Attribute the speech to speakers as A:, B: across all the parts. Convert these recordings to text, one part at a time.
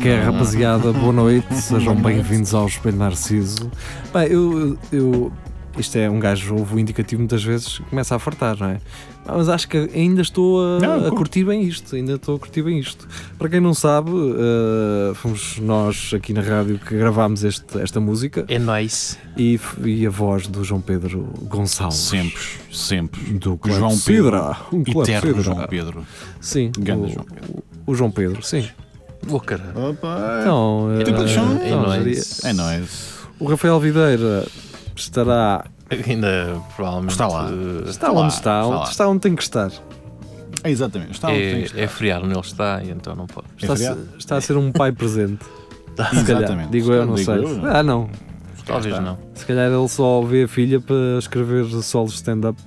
A: que é, rapaziada? Boa noite, sejam bem-vindos ao Espelho Narciso. Bem, eu, eu. Isto é um gajo ovo indicativo, muitas vezes começa a fartar, não é? Ah, Mas acho que ainda estou a,
B: Não,
A: a
B: curto.
A: curtir bem isto, ainda estou a curtir bem isto. Para quem não sabe, eh, fomos nós aqui na rádio que gravámos este- esta música
C: É nóis.
A: e, f- e a voz do João Pedro Gonçalves.
B: Sempre, sempre.
A: Do
B: João
A: João Pedro. Um
B: Eterno
A: clepsidra.
B: João Pedro.
A: Sim,
B: Ganda
A: o,
B: João Pedro.
A: o João Pedro, sim.
C: Ô, cara.
A: Então, eh,
B: Ah, Tipo de chão.
A: então,
C: É nóis.
A: seria-
B: É nóis.
A: O Rafael Videira estará.
C: Ainda provavelmente.
B: Está lá.
C: eh,
A: Está
B: lá,
A: onde está,
B: está
A: onde
B: lá.
A: está onde tem que estar.
B: É exatamente. Está onde tem que
C: É, é
B: estar.
C: feriado onde ele está e então não pode.
A: Está, a ser-
B: feriado?
A: está a ser um pai presente. Se calhar.
B: Exatamente.
A: Digo eu, não
B: Digo
A: sei.
B: eu, não. é?
A: Ah, não.
C: Talvez não.
A: Se calhar ele só vê a filha para escrever solos de stand-up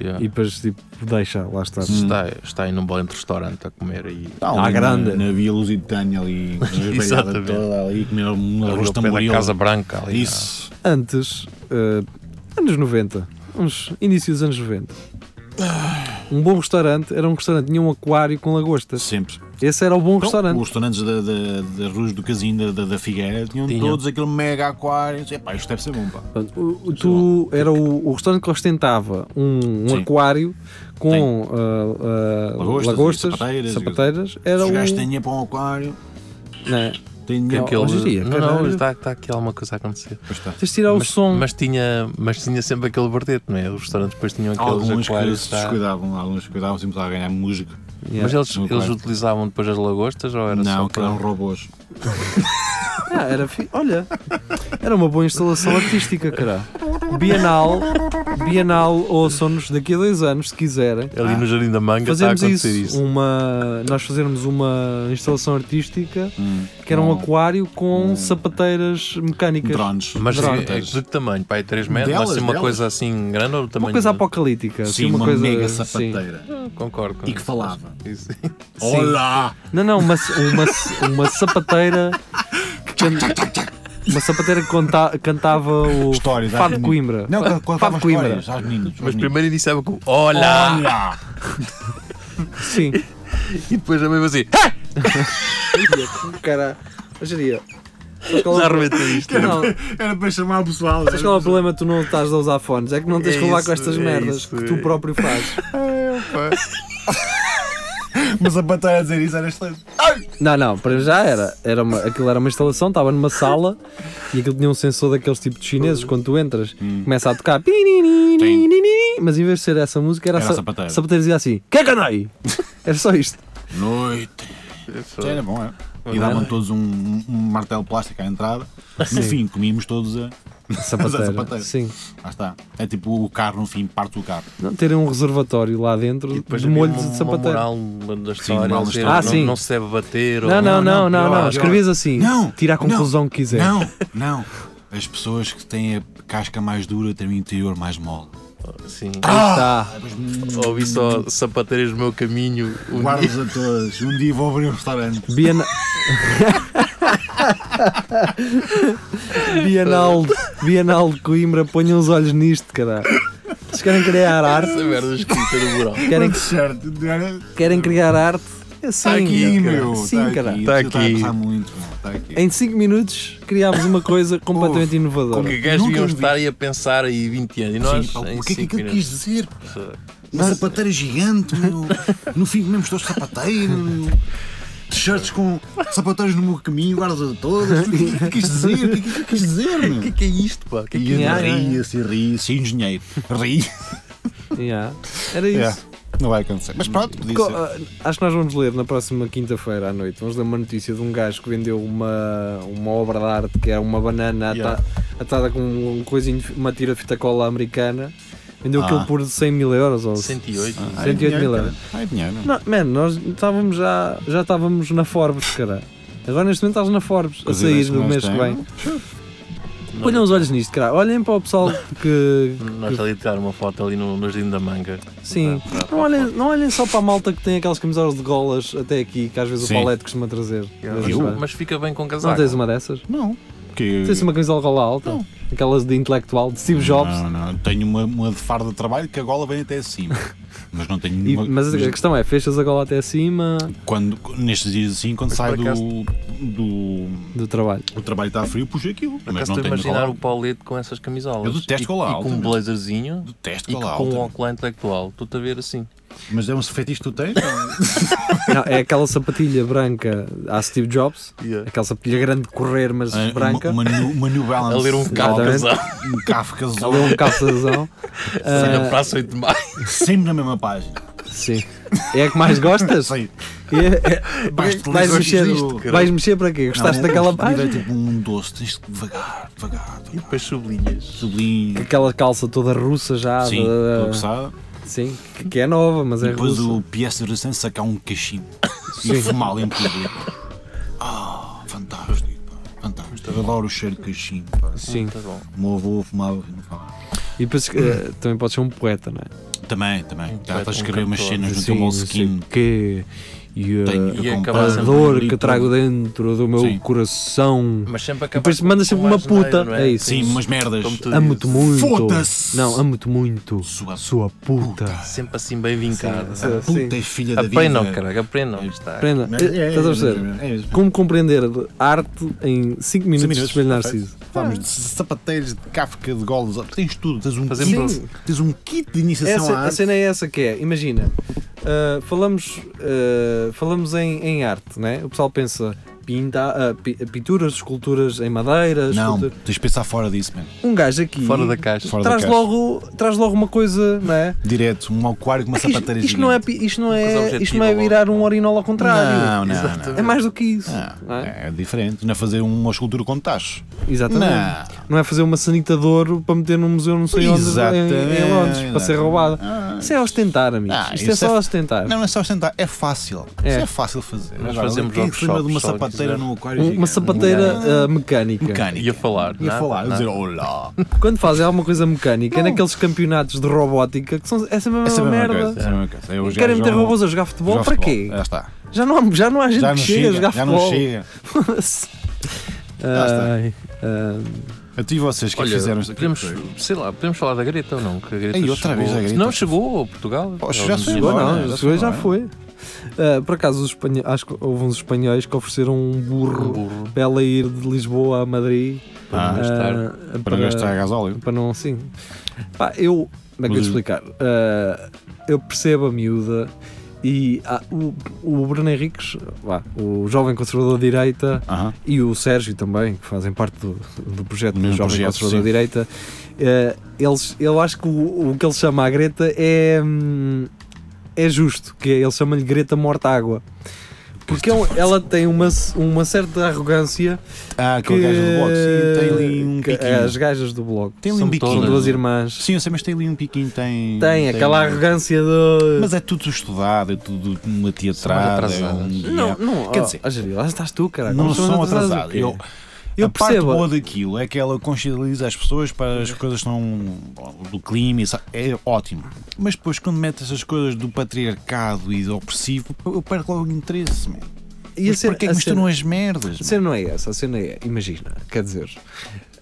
C: Yeah.
B: Ah.
A: e
B: hum.
A: depois tipo, deixa, lá está.
C: Está, está aí num bom restaurante a comer aí.
B: Está
A: À
B: ali
A: grande.
B: Na, na Via Lusitânia ali, com a velhada
C: Exatamente.
B: toda ali, comer um
C: Ali
B: arroz
C: ao pé
B: tamboril.
C: da Casa Branca ali.
B: Isso.
A: ah. Antes, eh, anos 90, uns início dos anos 90.
B: Ah.
A: Um bom restaurante era um restaurante, tinha um aquário com lagostas.
B: Sempre.
A: Esse era o bom
B: Então,
A: restaurante.
B: Os restaurantes da, da, da Ruas do Casino, da, da Figueira, tinham
C: Tinham.
B: todos aquele mega aquário. Epá, isto deve ser bom, pá.
A: Portanto, o- o- tu era o, o restaurante que ostentava um, um
B: Sim.
A: aquário
B: Tem.
A: com ah, ah,
B: Lagostas
A: lagostas,
B: e sapateiras e-
A: sapateiras, Era
B: Os gajos
A: um,
B: têm dinheiro para um aquário,
A: né?
B: têm dinheiro
A: Que-
B: para
C: ah. Aquele-
A: hoje em dia,
C: não, não,
A: caralho.
C: está, está aqui alguma coisa a acontecer.
B: Pois está.
A: Tens de tirar o
C: mas,
A: som.
C: mas tinha, mas tinha sempre aquele verdete, não é? Os restaurantes depois tinham aqueles
B: Alguns que
C: aquários.
B: se
C: tá?
B: descuidavam, alguns descuidavam, sempre a ganhar música.
A: Yeah.
C: Mas eles,
B: no
C: eles
B: quarto.
C: utilizavam depois as lagostas ou era
B: Não,
C: só
B: que eram
C: para...
B: robôs.
A: Ah, era fi- Olha, era uma boa instalação artística, cara. Bienal, Bienal ouçam-nos daqui a dois anos, se quiserem.
C: ali
B: Ah.
C: no Jardim da Manga está a
A: Fazemos isso,
C: acontecer isso.
A: Uma, nós fazermos uma instalação artística
B: Hum.
A: que
C: Hum.
A: era um aquário com sapateiras
B: é
A: mecânicas.
B: Drones.
C: Mas
A: Drones.
C: é, é de que tamanho? Pai, 3 metros?
B: Delas,
C: Mas assim, uma
B: delas.
C: coisa assim grande ou do tamanho?
A: Uma coisa
C: de-
A: apocalíptica. assim,
B: Sim, uma,
A: coisa,
B: mega
A: sim.
B: sapateira.
C: Concordo. com
B: E que
C: isso.
B: falava.
C: Isso.
A: Sim.
B: Olá!
A: Não, não, uma, uma, uma sapateira. que can- Uma sapateira que conta- cantava o
B: Histórias. às
A: Fado de
B: meninas.
A: Coimbra.
B: é Não,
A: Fado
B: que contava
A: de Coimbra.
B: histórias é às meninas.
C: Mas
B: aos meninos.
C: primeiro iniciava com Olá!
B: Olá!
A: Sim.
C: E depois assim, também fazia
A: um Cara, hoje Só que
C: Já arrebentei isto.
A: Não,
B: Era para chamar o pessoal.
A: Sabes qual é o problema? Tu não estás a usar fones, é que não tens
C: É
A: que levar
C: isso,
A: com estas
C: é
A: merdas
C: isso,
A: que
C: é.
A: tu próprio fazes.
B: É, Mas a batalha a dizer isso era excelente.
A: Não, não, para já era. era uma, aquilo era uma instalação, estava numa sala e aquilo tinha um sensor daqueles tipo de chineses. Quando tu entras,
C: Hum.
A: começa a tocar. Mas em vez de ser essa música, era,
B: Era
A: sa-
B: sapateira.
A: sapateiros dizia assim: Quem é que anda aí? Era só isto.
B: Noite. Isso era bom, é? E davam todos um, um martelo plástico à entrada.
A: Ah,
B: No fim, comíamos todos a.
A: Sapateira.
B: sapateira.
A: Sim.
B: Lá está. É tipo o carro, no fim, parte do carro.
A: Não, terem um reservatório lá dentro de
C: havia
A: molhos
C: uma-
A: de sapateiro.
C: Uma moral da história,
B: moral da
C: dizer,
B: história.
A: Ah,
C: não,
A: sim.
C: não se deve bater.
A: Não, não,
C: ou...
A: não,
B: não,
A: não,
B: pior,
A: não. Escrevias assim:
B: Não,
A: Tira a conclusão
B: não,
A: que quiser.
B: Não, não. As pessoas que têm a casca mais dura têm o interior mais mole.
C: Sim.
A: Aí está.
C: Ouvi só sapateiros no meu caminho. Um dia-
B: Guardas a todas. Um dia vou abrir um restaurante.
A: Biena- Bienal, Bienal de Coimbra, ponham os olhos nisto, caralho. Vocês querem criar
C: Essa
A: arte?
C: merda escrita no mural.
A: Querem,
B: certo.
A: querem criar arte? É Assim,
B: Está Tá aqui,
A: caralho.
B: meu.
A: Sim,
B: Está aqui.
A: caralho.
C: Tá
B: Está
C: aqui.
B: aqui. muito, meu. Está aqui.
A: assim, Em 5 minutos criámos uma coisa completamente
C: Com
A: inovadora.
C: é que gajos
B: Nunca
C: iam
B: vi.
C: estar aí a pensar aí 20 anos. E nós,
B: Sim, pá,
C: em
B: o que é que
C: cinco
B: aquilo
C: minutos.
B: quis dizer? Uma sapateira gigante, meu. No fim comemos todos sapateiro. meu. T-shirts com sapateiros no meu caminho, guardas a todas. O que é que quis dizer? O que é que aquilo quis dizer,
C: O que é
B: meu?
C: que é isto, pá? O que é que
B: E
A: Yeah, yeah, yeah.
B: ria-se, ria-se, engenheiro. Ria.
A: Yeah. Era isso.
B: É. Não vai acontecer. Mas pronto, podia
A: Co-
B: ser.
A: ah, acho que nós vamos ler na próxima quinta-feira à noite. Vamos ler uma notícia de um gajo que vendeu uma, uma obra de arte que é uma banana ata-
C: Yeah.
A: atada com um coisinho, de fi- uma tira de fita cola americana. Vendeu
B: Ah.
A: aquilo por 100 mil euros ou
C: 108.
A: 108 mil euros.
B: Ai, Ah, é dinheiro.
A: Não, man, nós estávamos já, já estávamos na Forbes, cara. Agora neste momento estás na Forbes, a
B: As
A: sair
B: ideias que
A: do
B: nós
A: mês que vem.
B: temos.
A: Olhem os olhos nisto, cara. Olhem para o pessoal que.
C: Nós ali tirar uma foto ali no, no jardim da manga.
A: Sim.
C: Tá, tá, tá,
A: Não olhem,
C: tá.
A: não olhem só para a malta que tem aquelas camisolas de golas até aqui, que às vezes
B: Sim.
A: o Paulete costuma trazer.
C: Mas-
B: Eu?
C: Mas fica bem com
A: Não
C: casaco.
A: tens uma dessas?
B: Não. Porque...
A: Tens uma camisola de gola alta?
B: Não.
A: Aquelas de intelectual, de Steve Jobs?
B: Não, não. Tenho uma, uma de farda de trabalho que a gola vem até acima. Mas não tenho
A: E-
B: nenhuma.
A: mas a
B: mas
A: questão é, fechas a gola até acima
B: quando, nestes dias assim, quando sai
C: por
B: do,
C: acaso-
B: do.
A: do trabalho.
B: O trabalho está frio, puxo aquilo.
C: Por
B: Mas
C: acaso
B: não
C: estou a
B: tenho
C: imaginar
B: cola.
C: o Paulete com essas camisolas.
B: Eu detesto
C: e,
B: cola
C: e
B: alta,
C: com um
B: meu.
C: blazerzinho
B: Detesto
C: e
B: cola
C: com
B: alta.
C: um óculos intelectual. Estou-te a ver assim.
D: Mas é um fetiche que tu tens?
A: Não, é aquela sapatilha branca à Steve Jobs,
C: Yeah.
A: aquela sapatilha grande de correr, mas
B: Ah,
A: branca,
B: Uma, uma, new, uma New
C: A
B: Balance.
C: ler um carro
A: Exatamente.
C: casado.
B: Um Kafka
A: ali um calçazão.
C: Sim,
A: Ah,
C: Assim na praça 8 de maio.
B: sempre na mesma página.
A: sim. É a que mais gostas?
B: Sei.
A: É- é-
B: Vais
A: vais, mexer,
B: isto, caralho.
A: vais mexer para quê? Gostaste
B: Não,
A: daquela
B: isto devia
A: página?
B: ter tipo um doce, tens de devagar, devagar, devagar.
C: Depois sublinhas.
B: Sublinho.
A: Aquela calça toda russa já,
B: Sim,
A: da-
B: estou gostado.
A: sim que, que é nova, mas é
B: Depois
A: russa.
B: o PS de Recém sacar um cachimbo e fumá-lo em público. Ah, fantástico, pá. Fantástico. Eu adoro o cheiro de cachimbo, pá.
A: Sim.
C: Tá bom.
D: O meu avô fumava. não fumava.
A: E depois eh, também podes ser um poeta, não é?
B: Também, também. Estás a
C: poeta, um
B: escrever umas
C: cantor.
B: cenas no
A: Sim,
B: teu
A: não sei
B: moleskin.
A: o quê. E a,
B: Tenho
C: E
B: eu um
C: acabar
A: a
B: comprei-
C: sempre
A: dor que trago dentro do meu
B: Sim.
A: coração.
C: Mas sempre acaba.
A: depois mandas sempre uma puta, é isso.
B: Sim, umas merdas.
C: Como tu
A: Amo-te
C: dizes,
A: muito.
D: Foda-se!
A: Não, amo-te muito.
B: Sua-
A: Sua puta.
C: Sempre assim bem vincada.
A: Sim.
D: Puta é filha da vida.
C: Aprendam, caralho, aprendam. Está.
A: Prenda. eh,
D: Mas- é, é,
A: Estás a perceber?
D: é, é, é.
A: Como compreender arte em 5 minutos,
D: minutos,
A: de Espelho
D: perfeito.
A: Narciso?
D: Falámos de sapateiros, de Kafka, de golos, tens tudo, tens um,
C: Fazer
A: Sim.
D: kit, tens um kit de iniciação
A: Essa-
D: à
A: a
D: arte.
A: cena é essa que é, imagina, ah, falamos, ah, falamos em, em arte, né? o pessoal pensa pinta, ah, pi- pinturas, esculturas em madeira,
B: Não,
A: escultura-
B: tens de pensar fora disso, mano.
A: um gajo aqui
C: Fora da caixa.
B: Fora da
A: traz,
B: caixa.
A: logo, traz logo uma coisa, não é?
B: Direto, um aquário com uma
A: Isto,
B: sapataria
A: isto não é, pi- isto não
C: coisa
A: é,
C: objetiva
A: isto não é
C: logo.
A: virar um orinol ao contrário,
B: Não, não, não.
C: Exatamente.
A: é mais do que isso, não
B: Não,
A: é?
B: é diferente. Não é fazer uma escultura com tachos.
A: Exatamente.
B: Não.
A: Não é fazer uma sanita de ouro para meter num museu não sei onde em, em Londres para ser
B: Exatamente.
A: roubada.
B: Ah.
A: Isso é ostentar, amigos.
B: Ah,
A: Isto é
B: isso é
A: só
B: f-
A: ostentar.
B: Não, não é só ostentar, é fácil.
A: É.
B: Isso é fácil de fazer.
C: Nós fazemos
B: quem é que se lembra de
C: workshops,
B: uma
C: só quem
B: sapateira
C: quiser.
B: num aquário
A: Um- Uma
B: gigante?
A: sapateira ah, mecânica.
B: mecânica.
C: Ia falar, é?
B: Ia
C: nada,
B: falar, ia
C: nada.
B: dizer olá.
A: Quando fazem alguma coisa mecânica, é naqueles campeonatos de robótica que são essa mesma,
B: Essa é a mesma
A: merda.
B: coisa. essa é a mesma coisa. Eu
A: E
B: já
A: Querem meter
B: jogo-
A: robôs a jogar futebol?
B: jogo
A: para quê?
B: futebol. Já está.
A: Já, não, há- já não há gente
B: Já
A: que
B: não
A: chega, a
B: chega.
A: jogar
B: Já não
A: futebol.
B: chega. está.
A: Ai, ah,
B: A ti e vocês que
C: Olha,
B: fizeram isto aqui.
C: podemos, sei lá, podemos falar da Greta ou não? Que a Greta
B: Ei, outra
C: chegou-
B: vez a Greta.
C: Não chegou a Portugal. é um
B: Poxa,
C: Ela
B: já
C: nos
B: chegou,
A: chegou,
C: enviou.
B: Agora,
A: não,
B: né? Já
A: chegou,
B: foi,
A: já
B: não é?
A: foi. Ah, por acaso, os espanhóis, acho que houve uns espanhóis que ofereceram um burro, para ela ir de Lisboa a Madrid
B: Ah,
A: ah,
C: gastar.
B: Para gastar gasóleo.
A: para não assim. Pá, eu. Como é que eu ia
B: Mas-
A: explicar? Ah, eu percebo a miúda e ah, o, o Bruno Henriques, vá, o jovem conservador de direita
B: Aham.
A: e o Sérgio também, que fazem parte do, do projeto do
B: Mesmo
A: jovem
B: projeto,
A: conservador de
B: sim.
A: direita, ah, eles, eu acho que o, o que ele chama a Greta é, hum, é justo, que é- ele chama-lhe Greta Mortágua. Porque é um- ela tem uma, uma certa arrogância
B: Ah,
A: que,
B: aquele gajo do blog. Sim, tem ali um
A: que- é,
B: piquinho.
A: As gajas do blog.
B: Tem ali
C: São
B: um
A: São
B: biquinho.
C: todas.
A: duas irmãs.
B: Sim, eu sei, mas tem ali um piquinho. Tem, um-
A: Tem aquela arrogância do.
B: Mas é tudo estudado, é tudo uma teatrada.
C: mais
B: é um
C: atrasadas.
B: guião.
A: não, não,
B: Quer
A: oh,
B: dizer,
A: oh, Jerry, lá estás tu, caralho.
B: não
A: Nós somos
B: são
A: atrasados
B: atrasadas.
A: o quê?
B: Eu,
A: Eu
B: a parte
A: percebo. Uhum.
B: boa daquilo é que ela consciencializa as pessoas para as coisas não do clima, e sa- é ótimo. Mas depois, quando mete essas coisas do patriarcado e do opressivo, eu perco logo o interesse. Man.
A: E a
B: Mas
A: cena-
B: porquê é
A: a
B: que misturam
A: cena-
B: as merdas?
A: A cena não é essa, a cena é, imagina, quer dizer,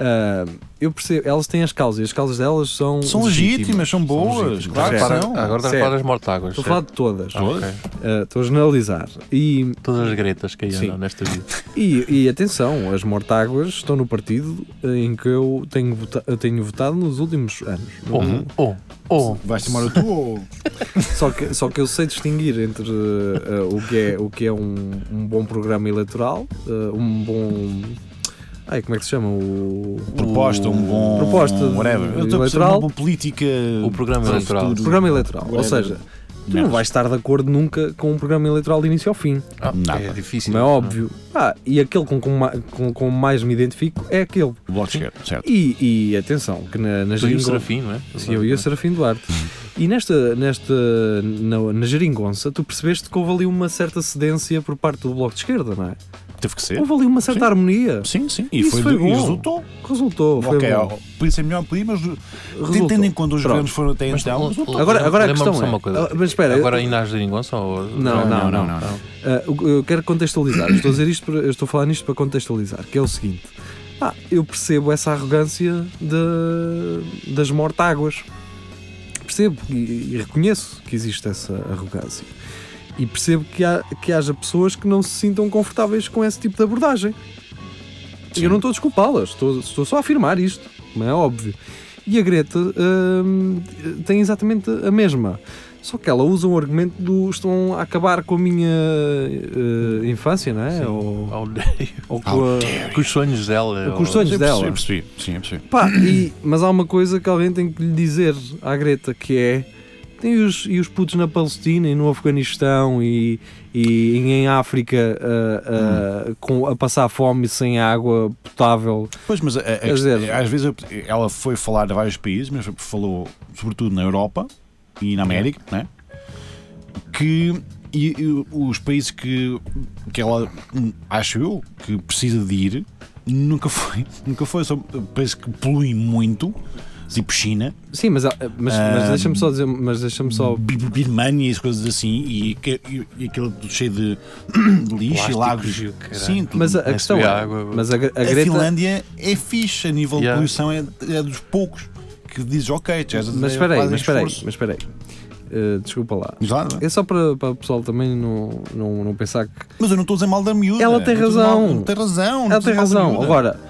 A: ah, eu percebo, elas têm as causas e as causas delas são.
B: São legítimas, são boas,
A: legítimas.
B: claro que
A: Certo.
B: são.
C: Agora estás a
A: Certo.
C: falar das mortáguas.
A: Estou a
C: certo?
A: falar de todas,
C: Ah, ok.
A: Ah, estou a generalizar. E,
C: Todas as gretas que aí
A: Sim.
C: andam nesta vida.
A: e, e atenção, as mortáguas estão no partido em que eu tenho, vota- eu tenho votado nos últimos anos.
C: Oh, oh, oh.
B: Vais tomar o tu ou.
A: Só que, só que eu sei distinguir entre eh, o que é, o que é um, um bom programa eleitoral, eh, um bom. Ai, como é que se chama? O.
B: Proposta, um bom.
A: Proposta de-
B: Whatever. Eu estou a perceber
A: eleitoral.
B: uma boa política.
C: O programa
B: Sim.
C: eleitoral.
B: Futuro.
A: Programa eleitoral. Ou
B: Whatever.
A: seja, tu não vais estar de acordo nunca com um programa eleitoral de início ao fim,
C: Ah,
B: Nada.
C: é difícil.
A: como é óbvio. Ah, e aquele com com ma- com, com mais me identifico é aquele.
B: O bloco de esquerda, certo.
A: E, e atenção, que na, na
C: Tu e o
A: geringonça-
C: Serafim, Hum. não é?
A: Sim, eu e o Serafim Duarte. E nesta, nesta na, na geringonça, tu percebeste que houve ali uma certa cedência por parte do Bloco de Esquerda, não é?
B: Teve que ser.
A: Houve ali uma certa
B: Sim.
A: harmonia.
B: Sim, sim. E
A: Isso
B: foi,
A: foi
B: do-
A: bom.
B: e resultou.
A: Resultou, foi
B: ok,
A: bom.
B: ó, podia ser melhor, podia, mas
A: Resultou.
B: tendo em conta os
A: Pronto.
B: governos foram até
C: Mas
B: então.
A: Agora- agora a
C: lembra-me
A: questão
C: só
A: é-
C: uma coisa.
A: Ah, mas espera,
C: Agora
A: eu-
C: ainda há geringonça ou.
A: Não, não, não. Ah, o que eu quero contextualizar. estou a dizer isto, para- eu estou a falar nisto para contextualizar, que é o seguinte. Ah, eu percebo essa arrogância de- das mortáguas. percebo e, e reconheço que existe essa arrogância. E percebo que, há, que haja pessoas que não se sintam confortáveis com esse tipo de abordagem. E eu não estou a desculpá-las, estou, estou só a afirmar isto, como é óbvio. E a Greta hum, tem exatamente a mesma. Só que ela usa um argumento do estão a acabar com a minha eh, infância, não é? Ou,
C: Ao-
A: ou com a,
C: Com os sonhos dela.
A: com os sonhos
B: Eu
A: dela.
B: percebi, eu percebi, sim, eu percebi.
A: Pá, e- mas há uma coisa que alguém tem que lhe dizer à Greta que é tem os, e os putos na Palestina e no Afeganistão e, e em África a, a- com, a passar fome sem água potável.
B: Pois, mas a- a-
A: Quer dizer-
B: às vezes eu- ela foi falar de vários países, mas falou sobretudo na Europa e na América,
A: É.
B: né? Que e, e os países que, que ela, hum, acho eu, que precisa de ir, nunca foi. Nunca foi. São países que poluem muito, tipo China,
A: Sim, mas, ela- mas, mas
B: Ah,
A: deixa-me só dizer, mas deixa-me só.
B: Bi- Bi- Birmania e essas coisas assim, e, que- e- e aquilo tudo cheio de, de lixo e
C: Plásticos
B: lagos.
C: e o caralho.
B: Sim, tudo.
A: Mas a, a
C: Vai
A: questão é,
C: subir a água.
A: mas a, Gre- a
B: A
A: Greta,
B: Finlândia é fixe a nível
C: Yeah.
B: de poluição, é, é dos poucos que dizes, ok, já
A: mas espera aí, mas espera aí, mas espera aí. Eh, desculpa lá. É só para, para o pessoal também não, não, não pensar que
B: Mas eu não estou a dizer mal da miúda.
A: Ela tem
B: Eu estou a dizer
A: razão.
B: mal- tem razão. não
A: Ela
B: estou a
A: tem
B: dizer mal da
A: razão.
B: miúda.
A: Agora,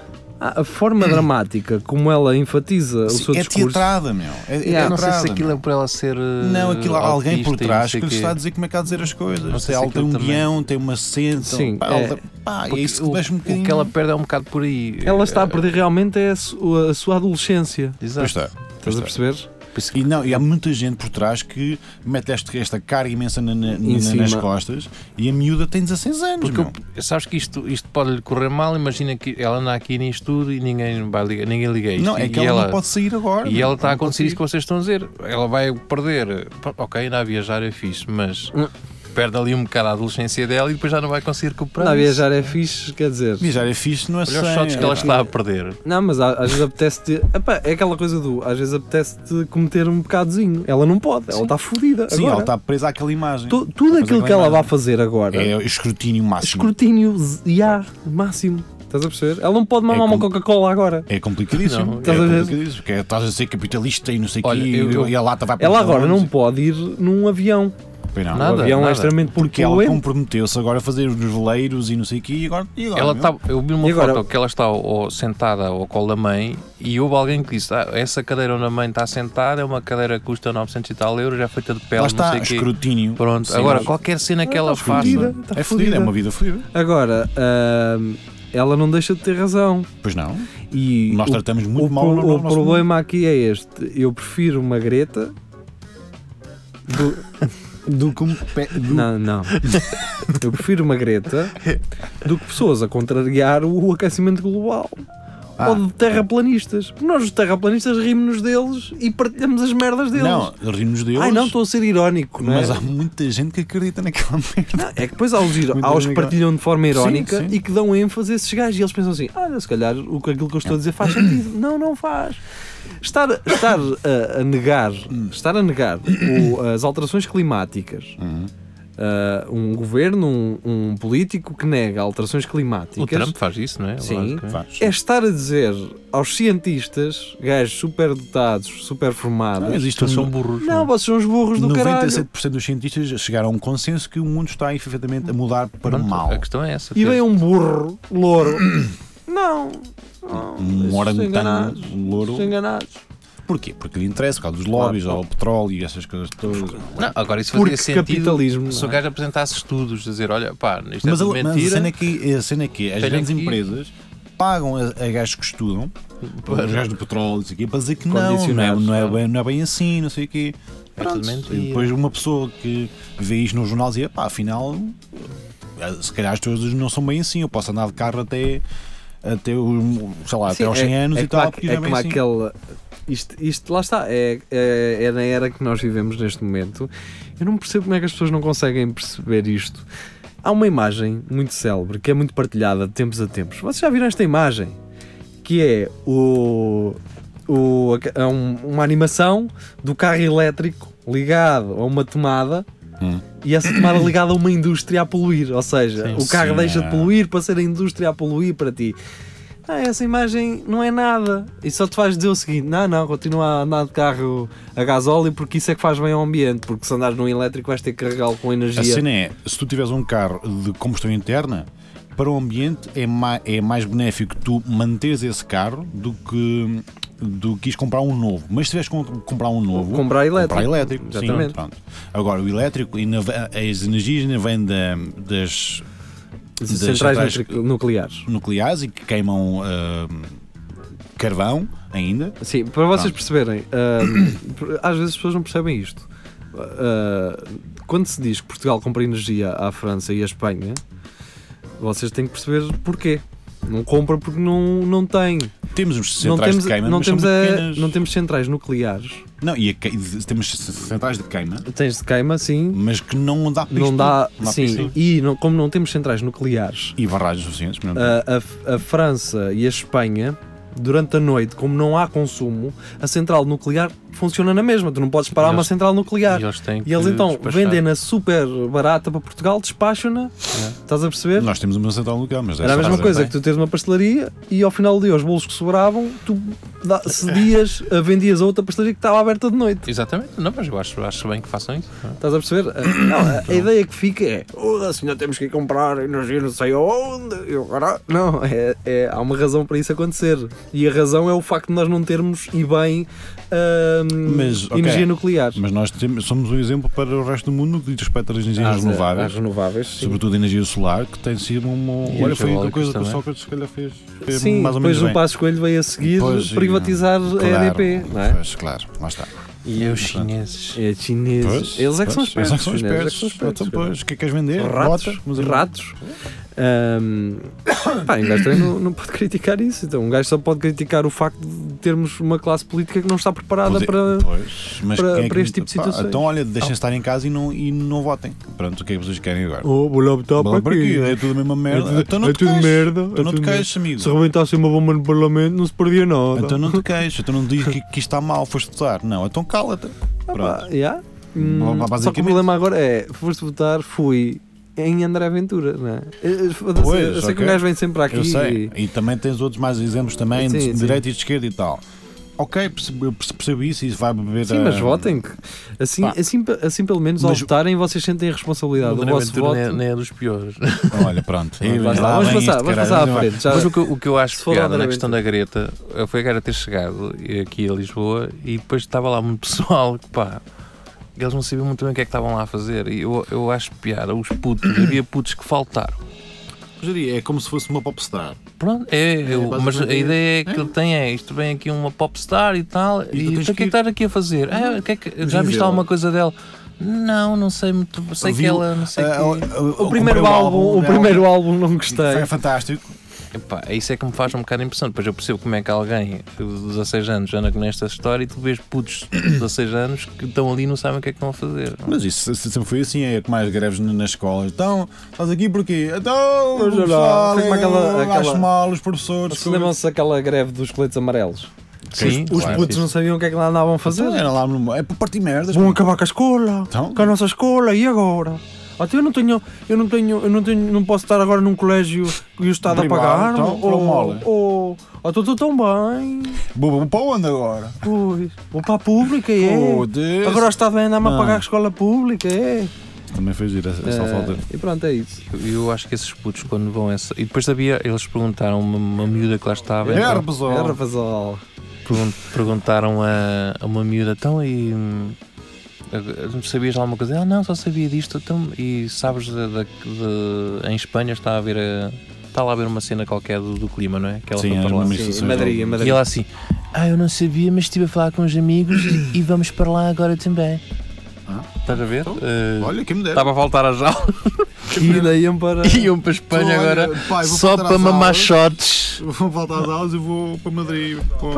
A: a a forma dramática como ela enfatiza o
B: Sim,
A: seu
B: é
A: discurso.
B: teatrada, meu. É, é
A: Yeah.
C: Eu não sei
B: teatrada,
C: se aquilo
B: meu.
C: é para ela ser. eh,
B: Não, aquilo há alguém por
C: autista e
B: trás
C: não sei
B: que lhe
C: quê.
B: está a dizer como é que há de dizer as coisas.
C: Não sei se
B: ela tem um
C: aquilo também-
B: guião, tem uma cena.
A: Sim,
B: pá,
A: é-
B: ela- pá, é
C: Porque
B: isso que
C: o,
B: deixa um
C: o
B: bocadinho.
C: que ela perde é um bocado por aí. Eh,
A: Ela está a perder realmente é a, su- a sua adolescência.
C: Exato.
B: Pois é. está.
A: Estás a perceber?
B: E, não, e há muita gente por trás que mete este- esta carga imensa na- na-
A: Em
B: na- nas
A: cima.
B: costas e a miúda tem 16 anos.
C: Porque
B: Meu.
C: eu- sabes que isto, isto pode lhe correr mal, imagina que ela anda aqui nisto tudo e ninguém, vai ligar, ninguém liga isto.
B: Não, é
C: E
B: que ela, não pode sair agora.
C: E
B: meu.
C: ela está a
B: Não
C: acontecer
B: pode
C: isso que vocês estão a dizer. Ela vai perder. Pá, Ok, ainda a viajar é fixe, mas
A: Hum.
C: perde ali um bocado a adolescência dela e depois já não vai conseguir recuperar.
A: Não,
C: isso.
A: viajar é fixe, quer dizer.
B: sair. Viajar é fixe, não é
C: Olha os
B: sem-
C: shots que ela está a perder.
A: Não, mas a- às vezes apetece-te. Epá, É aquela coisa do. Às vezes apetece-te cometer um bocadozinho. Ela não pode, ela está fodida.
B: Sim,
A: agora.
B: ela está presa àquela imagem.
A: Tu- tudo
B: Mas
A: aquilo que
B: aquela
A: ela vai
B: imagem
A: fazer agora
B: É o escrutínio máximo.
A: escrutínio z- e há máximo. Estás a perceber? Ela não pode mamar uma
B: como-
A: Coca-Cola agora.
B: É complicadíssimo.
C: Não,
B: é
A: estás a ver?
B: complicadíssimo. Porque estás a ser capitalista e não sei o
C: Olha,
B: quê.
C: eu- eu-
B: e a lata vai para
A: Ela
B: os
A: agora não
B: alunos.
A: pode ir num avião.
B: Pois não.
A: o
C: Nada,
A: avião é
C: nada.
A: extremamente
B: Porque ela
A: poluente.
B: comprometeu-se agora a fazer os veleiros e não sei o quê. E agora. E agora
C: Ela
B: meu?
C: tá, eu vi uma
A: E agora?
C: foto que ela está ao- ao- sentada ao colo da mãe e houve alguém que disse: "Ah, essa cadeira onde a mãe está sentada é uma cadeira que custa 900 e tal euros, é feita de pele,
B: Lá
C: não
B: está,
C: sei o quê.
B: escrutínio.
C: Pronto,
B: Sim,
C: agora
B: mas-
C: qualquer cena que ela
A: tá
C: faça.
A: fodida. Tá
B: É fodida, é
A: fodida.
B: uma vida fodida.
A: Agora, ahm, ela não deixa de ter razão.
B: Pois não.
A: E
B: Nós
A: o,
B: tratamos
A: o,
B: muito mal
A: pro-
B: no- no
A: o
B: nosso
A: problema aqui é este. Eu prefiro uma Greta do,
B: do que um pé. do-
A: não, não. Eu prefiro uma Greta do que pessoas a contrariar o aquecimento global.
B: Ah.
A: Ou de terraplanistas. Porque nós, os terraplanistas, rimos-nos deles e partilhamos as merdas deles.
B: Não, rimos deles.
A: Ai, não, estou a ser irónico. Não é?
B: Mas há muita gente que acredita naquela merda.
A: É que depois há os, ir-
B: Muito
A: há os que
B: obrigado.
A: partilham de forma irónica
B: Sim, sim.
A: e que dão ênfase a esses gajos e eles pensam assim: olha, se calhar o, que- aquilo que eu estou a dizer faz sentido. Não, não faz. Estar, estar a, a negar,
B: Hum.
A: estar a negar o- as alterações climáticas,
B: Hum.
A: ah, um governo, um, um político que nega alterações
C: O
A: climáticas,
C: Trump faz isso, não é?
A: Sim.
C: Lógico, é?
B: Faz.
A: é estar a dizer aos cientistas, gajos super dotados, super
B: Não,
A: formados,
B: existe um-
C: São burros.
A: não, vocês são os burros do caralho.
B: 97% dos cientistas chegaram a um consenso que o mundo está efetivamente a mudar para o
C: Pronto,
B: mal.
C: A questão é essa.
A: E
C: ter-
A: vem um burro, louro. Não. não
B: Um
A: enganados.
B: orangotango, um louro.
A: Estão enganados.
B: Porquê? Porque lhe interessa, por causa dos lobbies,
A: Claro.
B: ao petróleo e essas coisas todas.
C: Não, agora isso
A: um Porque
C: fazia sentido
A: capitalismo,
C: se
A: não
C: o
A: é?
C: gajo apresentasse estudos, dizer, olha, pá, isto é
B: Mas, a,
C: tudo
B: mas a
C: mentira.
B: cena é que, a cena é que as
C: Tenho
B: grandes
C: aqui-
B: empresas pagam a, a gajos que estudam,
C: Para-
B: os gajos do petróleo, isso aqui, para dizer que não, não é,
A: Condicionados,
B: não, é
C: não.
B: bem, não é bem assim, não sei o quê.
C: É tudo mentira.
B: e depois uma pessoa que vê isto no jornal dizia, pá, afinal, eh, se calhar as coisas não são bem assim, eu posso andar de carro até, até, o- sei lá,
A: Sim,
B: até aos 100 anos
A: é
B: e
A: como
B: tal,
A: há-
B: porque
A: é
B: não é bem
A: como
B: assim.
A: aquela. Isto, isto lá está, é, é, é na era que nós vivemos neste momento. Eu não percebo como é que as pessoas não conseguem perceber isto. Há uma imagem muito célebre que é muito partilhada de tempos a tempos. Vocês já viram esta imagem? Que é o, o, é um- uma animação do carro elétrico ligado a uma tomada e essa tomada ligada a uma indústria a poluir. Ou seja,
C: Sim,
A: o carro
B: É. sim,
A: deixa de
B: é.
A: poluir para ser a indústria a poluir para ti. ah, essa imagem não é nada. E só te faz dizer o seguinte: não, não, continua a andar de carro a gasóleo porque isso é que faz bem ao ambiente. Porque se andares num elétrico vais ter que carregá-lo com energia.
B: A cena é, se tu tiveres um carro de combustão interna, para o ambiente é, ma- é mais benéfico tu manteres esse carro do que do que ires comprar um novo. Mas se tiveres que comprar um novo,
A: Comprar elétrico.
B: comprar elétrico, sim,
A: Exatamente.
B: pronto. Agora, o elétrico, ainda vem- as energias ainda vêm da- das
A: As
B: das
A: centrais
B: centrais-
A: nucleares. nucleares.
B: nucleares e que queimam ah, carvão ainda.
A: Sim, para vocês
B: Pronto.
A: perceberem, ah, por- às vezes as pessoas não percebem isto. Ah, quando se diz que Portugal compra energia à França e à Espanha, vocês têm que perceber porquê. Não compra porque não, não tem.
B: Temos os
A: não
B: centrais
A: temos,
B: de queima,
A: não,
B: mas são
A: temos
B: muito
A: a-
B: pequenas.
A: não temos centrais nucleares.
B: Não, e a que- temos centrais de queima,
A: Tens de queima, sim.
B: mas que não dá para
A: não
B: isto
A: dá,
B: tudo. Não para
A: sim,
B: isto tudo.
A: e não- como não temos centrais nucleares,
B: E barragens suficientes, por exemplo.
A: a, a- a França e a Espanha, durante a noite, como não há consumo, a central nuclear funciona na mesma. Tu não podes parar
C: E
A: uma
C: eles-
A: central nuclear.
C: E eles têm
A: tá. E eles
C: que
A: então
C: despachar.
A: vendem-na super barata para Portugal, despacham-na, estás a perceber?
B: Nós temos uma central nuclear, mas
A: Era a
B: essa
A: mesma
B: fase
A: coisa
B: não
A: que tu teres uma pastelaria e ao final do dia os bolos que sobravam, tu dá- cedias, eh, vendias a outra pastelaria que estava aberta de noite.
C: Exatamente, não, mas eu acho, acho bem que façam isso. não é?
A: Estás a perceber? Ah, Não, a- a ideia que fica é oh, assim não temos que ir comprar energia não sei onde. Eu, agora... Não, é, é- há uma razão para isso acontecer. E a razão é o facto de nós não termos e bem ahm,
B: Mas, ok.
A: energia nuclear.
B: Mas nós temos- somos um exemplo para o resto do mundo no que diz respeito às energias
A: Às- às
B: renováveis,
A: renováveis, é, sim.
B: sobretudo a energia solar, que tem sido uma.
C: E
B: olha, foi uma
C: eólicas
B: coisa que o
C: também.
B: Sócrates, se calhar, fez. fez
A: Sim,
B: mais ou
A: depois
B: menos
A: um o
B: bem.
A: Passo Coelho veio a seguir
B: Pois, e-
A: privatizar a EDP, não é?
B: Pois, claro, lá está.
C: E os chineses.
A: É chineses.
B: Pois,
A: eles é que são
B: pois,
A: espertos.
B: Eles é que são
A: os chineses é que
B: espertos.
A: são espertos,
B: Então,
A: cara.
B: pois, o que é que queres vender?
A: ratos,
B: Botas, mas-
A: ratos. Ahm, pá, um gajo também não, não pode criticar isso. Então, um gajo só pode criticar o facto de termos uma classe política que não está preparada
B: Poder-
A: para.
B: pois, mas
A: para-
B: quem é
A: para
B: que-
A: este tipo de
B: pá,
A: situações.
B: Então, olha, deixem estar em casa e não, e não votem. Pronto, o que é que vocês querem agora?
A: Oh, vou laptop
B: Bola para aqui, é tudo a mesma merda. então
A: é
B: não te queixes. Então não te queixes, amigo.
A: rebentasse uma bomba no Parlamento, não se perdia nada.
B: Então não te queixes, então não diz que, que isto está mal, foste votar. Não, então cala-te.
A: Ah,
B: Pronto.
A: pá, yeah. Hum,
B: Basicamente.
A: só que o problema agora é: foste votar, fui em André Aventura, não é? Eu, eu- foda-se,
B: Pois,
A: eu sei que
B: ok.
A: o gajo vem sempre aqui.
B: Eu sei.
A: e-
B: E também tens outros mais exemplos também, de
A: Sim, sim.
B: direita e de esquerda e tal. Ok, percebo, eu perce- percebo isso e vai beber
A: Sim,
B: a-
A: mas votem. que- Assim,
B: Pá.
A: assim, pe- assim pelo menos ao
B: Mas-
A: votarem, vocês sentem a responsabilidade do
C: André
A: vosso
C: Ventura
A: voto. Tá.
C: nem, é- nem é dos piores.
B: Olha, pronto.
A: Vamos
B: Vamos
A: lá, vamos passar, vamos passar à
B: frente.
A: frente. Já,
C: Mas o que, eu- o que eu acho
A: Se for
C: piada
A: André
C: na questão da Greta eh, foi a Greta ter chegado aqui a Lisboa e depois estava lá muito pessoal que pá. Eles não sabiam muito bem o que é que estavam lá a fazer. E eu, eu acho piada, os putos, havia putos que faltaram.
D: É como se fosse uma popstar.
C: Pronto, é,
D: É,
C: eu- mas a
D: basicamente
C: ideia que
D: é.
C: ele tem é isto vem aqui uma popstar e tal,
D: tu
C: e,
D: tens
C: então o que
D: que
C: é que
D: ir-
C: estás aqui a fazer? Ah, o que é que- já viste
D: vê-la.
C: alguma coisa dela? Não, não sei muito, sei que
B: Viu,
C: ela, não sei
B: ah,
C: que.
B: eu- eu-
A: o
B: eu
A: primeiro
B: comprei
A: álbum, o
B: dela,
A: primeiro álbum não gostei.
B: Foi é um fantástico.
C: Epá, é isso é que me faz um bocado de impressão. Depois eu percebo como é que alguém de 16 anos anda nesta história e tu vês putos de 16 anos que estão ali e não sabem o que é que estão a fazer.
B: Mas isso se- sempre foi assim, é que mais greves na na escola. Então, estás aqui porquê? Então,
A: Pois é lá,
B: pessoal,
A: foi como aquela-
B: eu acho
A: aquela-
B: mal os professores.
A: Vocês lembram-se daquela greve dos coletes amarelos?
C: Sim,
A: Os
C: claro,
A: putos
C: sim.
A: não sabiam o que é que lá andavam a fazer.
B: Então, era lá no... É por partir merdas.
A: Vão
B: pô.
A: acabar com a escola,
B: Então?
A: com a nossa escola, e agora? Até eu não tenho, eu não tenho, eu não tenho, não posso estar agora num colégio e o Estado
B: Privado,
A: a pagar.
B: então, para o mole.
A: ou, ou, estou tão bem,
B: Vou vou para onde agora?
A: pois, vou para a pública, é.
B: Foda-se.
A: Agora o Estado vai andar-me a
B: Não.
A: pagar a escola pública, é.
B: Também foi giro essa, essa
A: Ah,
B: falta.
A: E pronto, é isso.
C: Eu, eu acho que esses putos, quando vão essa. E depois havia, eles perguntaram a uma, uma miúda que lá estava. então,
B: Era, pessoal.
A: É, rapazol.
C: pergun- perguntaram a, a uma miúda, então e. hum, a- Sabias lá alguma coisa? Ah, não, só sabia disto. Então, e sabes, da da- de- em Espanha está a ver a. Está lá a ver uma cena qualquer do, do clima, não é? Que ela
B: Sim,
C: foi
B: as
C: para lá.
B: manifestações
A: Sim, em Madrid,
B: de-
A: em Madrid.
C: E ela assim, ah, eu não sabia, mas estive a falar com os amigos e vamos para lá agora também.
B: Ah.
C: Estás a ver? Eh,
D: então, Olha, quem me dera.
C: Estava a faltar às aulas
A: E daí iam um para.
C: e iam para a Espanha
D: Então, Olha,
C: agora
D: pai, vou
C: só
D: faltar
C: para
D: às
C: mamar
D: aulas.
C: shots.
D: Vou voltar às aulas e vou para Madrid. Pô,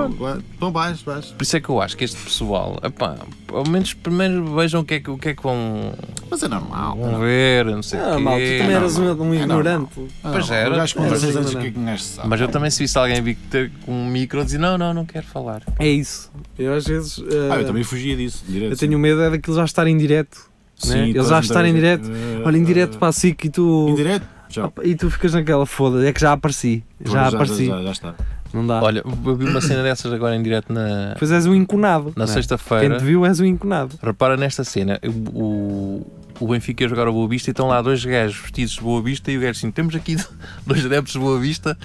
D: Então vais, vais.
C: Por isso é que eu acho que este pessoal, epá, ao menos primeiro vejam o que é que, o que, é que vão,
D: Mas é normal.
C: vão ver, não sei o
A: Ah,
C: quê.
A: mal, tu também eras um, um ignorante.
C: Pois
B: não,
C: era.
B: O gajo com
A: Era
B: 16 anos, o
A: assim,
B: que é que um gajo sabe?
C: Mas eu também se visse alguém vir ter com um micro eu dizia, não, não, não quero falar.
A: É isso. Eu às vezes. uh,
B: Ah, eu
A: eu,
B: também fugia disso. Direto.
A: tenho medo é daquilo já estar em direto.
B: Sim,
A: né? Eles
B: todas
A: já
B: as
A: estarem em
B: entrevistas. ah,
D: Eh,
A: direto. Olha, em direto para a SIC e tu.
B: Em direto? Já,
A: Opa, E tu ficas naquela foda, é que já apareci. Já
B: já,
A: apareci.
B: já, já está.
A: Não dá.
C: Olha, eu vi uma cena dessas agora em direto na,
A: Pois és um inconado.
C: na
A: não é? Quem
C: sexta-feira.
A: te viu és um inconado.
C: Repara nesta cena, o, o Benfica ia jogar ao Boa Vista e estão lá dois gajos vestidos de Boa Vista e o gajo assim, temos aqui dois adeptos de Boa Vista,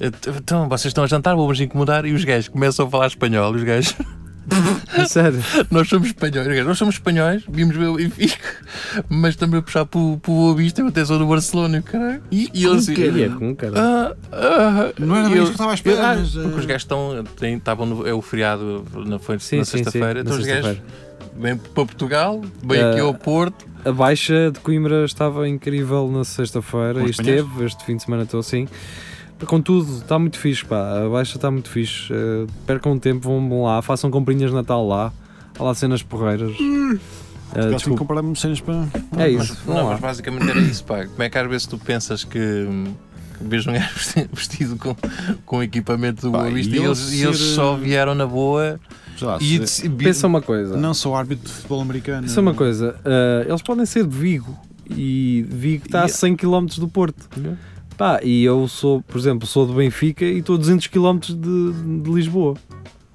C: então vocês estão a jantar, vamos incomodar e os gajos começam a falar espanhol, e os gajos,
A: A Sério.
C: nós somos espanhóis, os gajos, nós somos espanhóis, vimos ver o Benfica, mas estamos a puxar para o para o Boa Vista, eu até sou do Barcelona, e o caralho. E, e eles assim,
A: E é com cara.
C: ah, ah,
D: Não era
C: e
D: bem
C: eu-
D: isso que eu estava à espera,
C: eu- ah,
D: mas,
C: Porque
D: eh,
C: os gajos estão. têm- estavam no- é o feriado na, foi,
A: Sim,
C: na
A: sim, sim,
C: sexta-feira.
A: na
C: Então os gajos vêm para Portugal, vêm
A: Eh,
C: aqui ao Porto.
A: A baixa de Coimbra estava incrível na sexta-feira
B: Com
A: e
B: os espanhóis?
A: esteve, este fim de semana estou assim. Contudo, está muito fixe, pá. A baixa está muito fixe. Eh, percam tempo, vão lá, façam comprinhas de Natal lá. Há lá cenas porreiras. Eh,
B: Já tenho que
A: desculpa.
B: comprar-me cenas para.
A: É isso. vão
C: Não,
A: lá.
C: mas basicamente era isso, pá. Como é que às vezes tu pensas que. hum, que Vês um gajo vesti- vestido com, com equipamento do
B: Pá,
C: Boa
B: e
C: Vista e
B: ele
C: eles, e eles
B: ser,
C: só
B: eh,
C: vieram na boa
B: Sei lá,
C: e
B: se-
C: deci- vi-
A: Pensa uma coisa.
B: Não sou árbitro de futebol americano.
A: Pensa uma coisa. eh, eles podem ser de Vigo e Vigo está a
B: E-
A: 100 km do Porto.
C: Yeah.
A: Pá, e eu sou, por exemplo, sou de Benfica e estou a 200 km de, de Lisboa.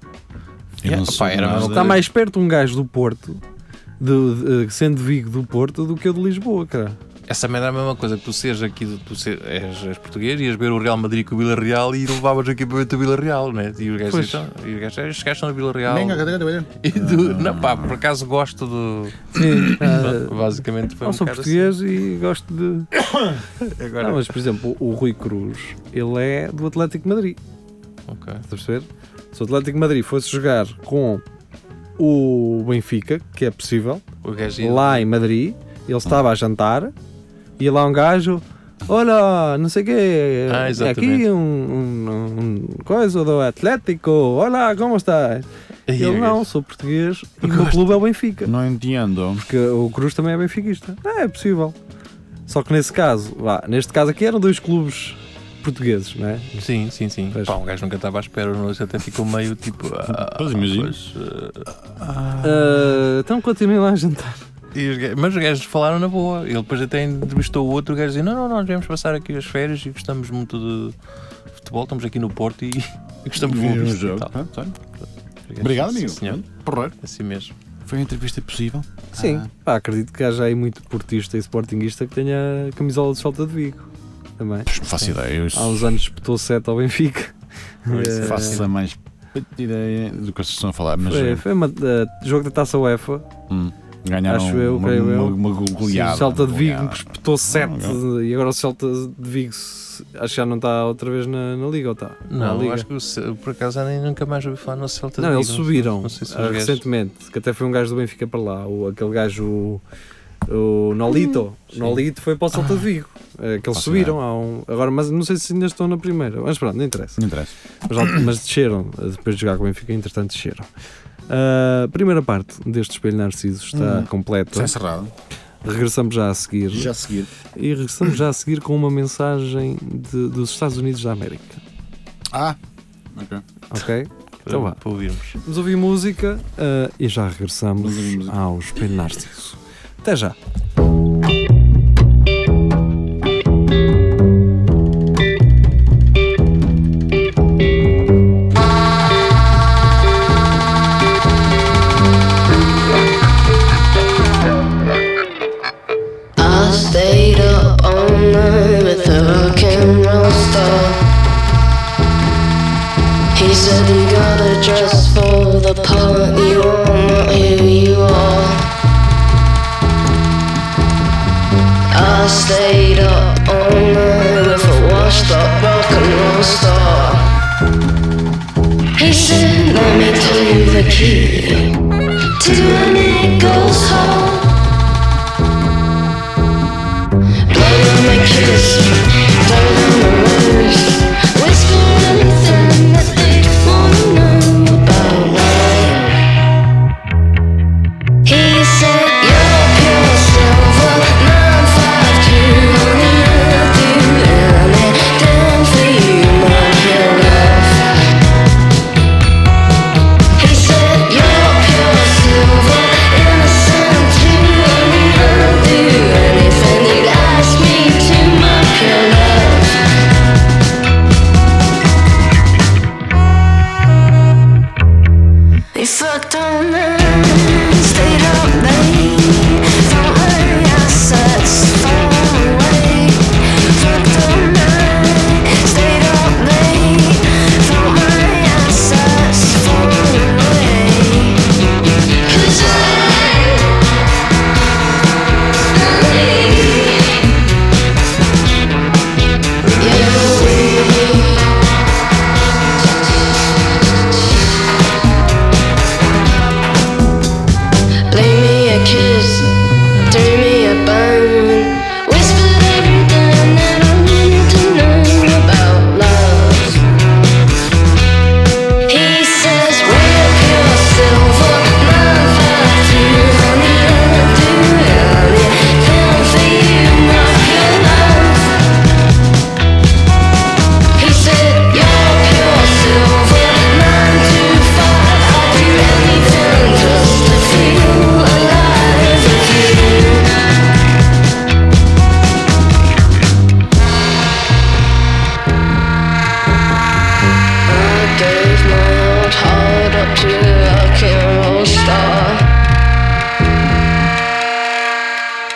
B: Eu não
C: Yeah,
B: sou
C: pá, era
B: nada-
C: mais-
A: Está mais perto um gajo do Porto, de, de- sendo de Vigo do Porto, do que o de Lisboa, cara.
C: Essa merda é a mesma coisa que tu seres aqui, de- tu ser, és, és português, ias ver o Real Madrid com o Vila Real e levavas o equipamento do Vila Real, né? E os gajos
A: Pois.
C: então, e os gajos, estes gajos são do Vila Real.
D: Venga, cadê, cadê?
C: E tu,
B: Ah.
C: não, pá, por acaso gosto do.
A: Sim, ah,
C: Basicamente foi
A: não
C: um
A: sou
C: bocado
A: português e gosto de.
C: assim. Agora,
A: Não, mas por exemplo, o Rui Cruz, ele é do Atlético de Madrid.
C: Ok.
A: Estás a perceber? Se o Atlético de Madrid fosse jogar com o Benfica, que é possível,
C: O gajo ia-
A: lá em Madrid, ele estava a jantar e lá um gajo. Olá, não sei o quê.
C: Ah,
A: é
C: exatamente.
A: aqui um, um- um coisa do Atlético. Olá, como estás?
C: Aí o
A: Ele não,
C: gajo-
A: sou português e o meu clube é o Benfica.
B: Não entendo.
A: Porque o Cruz também é benfiquista. Ah, é possível. Só que nesse caso, vá, neste caso aqui eram dois clubes portugueses, não é?
C: Sim, sim, sim.
A: Pois.
C: Pá, um gajo nunca estava à espera, o jornalista até ficou meio tipo. ah,
B: Pois, imagino.
C: pois, ah.
A: Ah, então continuem lá a jantar.
C: E os gajos- mas os gajos falaram na boa. Ele depois até entrevistou o outro, o gajo dizia: Não, não, nós viemos passar aqui as férias e gostamos muito de futebol, estamos aqui no Porto e, e gostamos de
B: Vimos
C: Boa
B: um
C: Vista e
B: jogo.
C: tal."
B: Ah, tá.
C: Os gajos,
B: Obrigado,
C: "Sim,
B: amigo.
C: senhor."
B: Porreiro.
C: Assim mesmo.
B: Foi a entrevista possível.
A: Sim,
B: Ah.
A: pá, acredito que haja aí muito portista e sportinguista que tenha a camisola de solta de Vigo também.
B: Pois, Não faço ideia. eu
A: Há uns anos espetou 7 ao Benfica.
B: Não
A: Eh,
B: faço a mais puta ideia do que vocês estão a falar, mas
A: Foi,
B: eh,
A: foi uma, eh, jogo da taça UEFA.
B: hum, ganharam
A: Acho eu,
B: uma,
A: creio
B: uma,
A: eu.
B: uma go- goleada.
A: o Celta de
B: uma
A: Vigo
B: goleada.
A: que espetou 7
B: Goleada.
A: e agora o Celta de Vigo se- acho que já não está outra vez na, na Liga ou está? Na
C: Não,
A: Liga.
C: acho que o Ce- por acaso nem nunca mais ouvi falar no Celta
A: Não,
C: de
A: eles
C: Vigo.
A: subiram
C: não sei se os
A: ah,
C: gajos-
A: recentemente, que até foi um gajo do Benfica para lá, o, aquele gajo, o, o
C: Hum,
A: Nolito. Nolito foi para o
C: Ah.
A: Celta de Vigo, eh, que eles
B: Posso
A: subiram. há um- agora, mas não sei se ainda estão na primeira, mas pronto, não interessa.
B: Não interessa.
A: Mas, al- mas desceram, eh, depois de jogar com o Benfica, entretanto desceram. A primeira parte deste Espelho Narciso está
B: Hum.
A: completa.
B: Está encerrado.
A: Regressamos já a seguir.
D: Já a seguir.
A: E regressamos já a seguir com uma mensagem de- dos Estados Unidos da América.
B: Ah! Ok.
A: Ok? Então vá.
C: para, para ouvirmos.
A: Vamos ouvir música ah, e já regressamos
B: Vamos ouvir música.
A: ao Espelho Narciso. Até já.
E: I stayed up all night with a rock and roll star. He said you gotta dress for the part you are, not who you are. I stayed up all night with a washed up rock and roll star. He said, let me tell you the key to an eagle's hole. Do anything you'd ask me to my pillow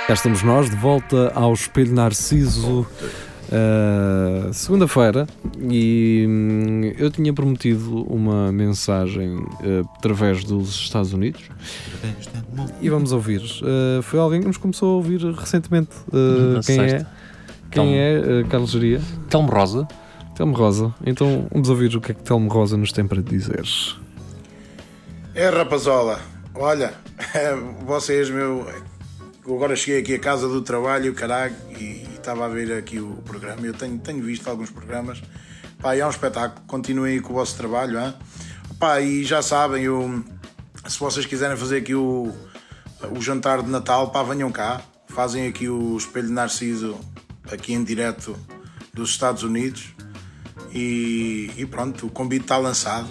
A: Cá estamos nós, de volta ao Espelho Narciso, ah, segunda-feira, e hum, eu tinha prometido uma mensagem ah, através dos Estados Unidos e vamos ouvir. Ah, foi alguém que nos começou a ouvir recentemente. Ah,
B: Uhum.
C: Na
A: quem é?
C: sexta.
A: Quem
C: Telmo.
A: é, ah, Carlos Geria?
C: Telmo Rosa,
A: Telmo Rosa. Então vamos ouvir o que é que Telmo Rosa nos tem para dizer.
F: É rapazola, olha, é, vocês meu. Eu agora cheguei aqui à casa do trabalho, caralho, e e estava a ver aqui o programa. Eu tenho, tenho visto alguns programas. Pá, e é um espetáculo. Continuem aí com o vosso trabalho, hã? Pá, e já sabem, eu, se vocês quiserem fazer aqui o, o jantar de Natal, pá, venham cá. Fazem aqui o Espelho de Narciso, aqui em direto dos Estados Unidos. E, e pronto, o convite está lançado.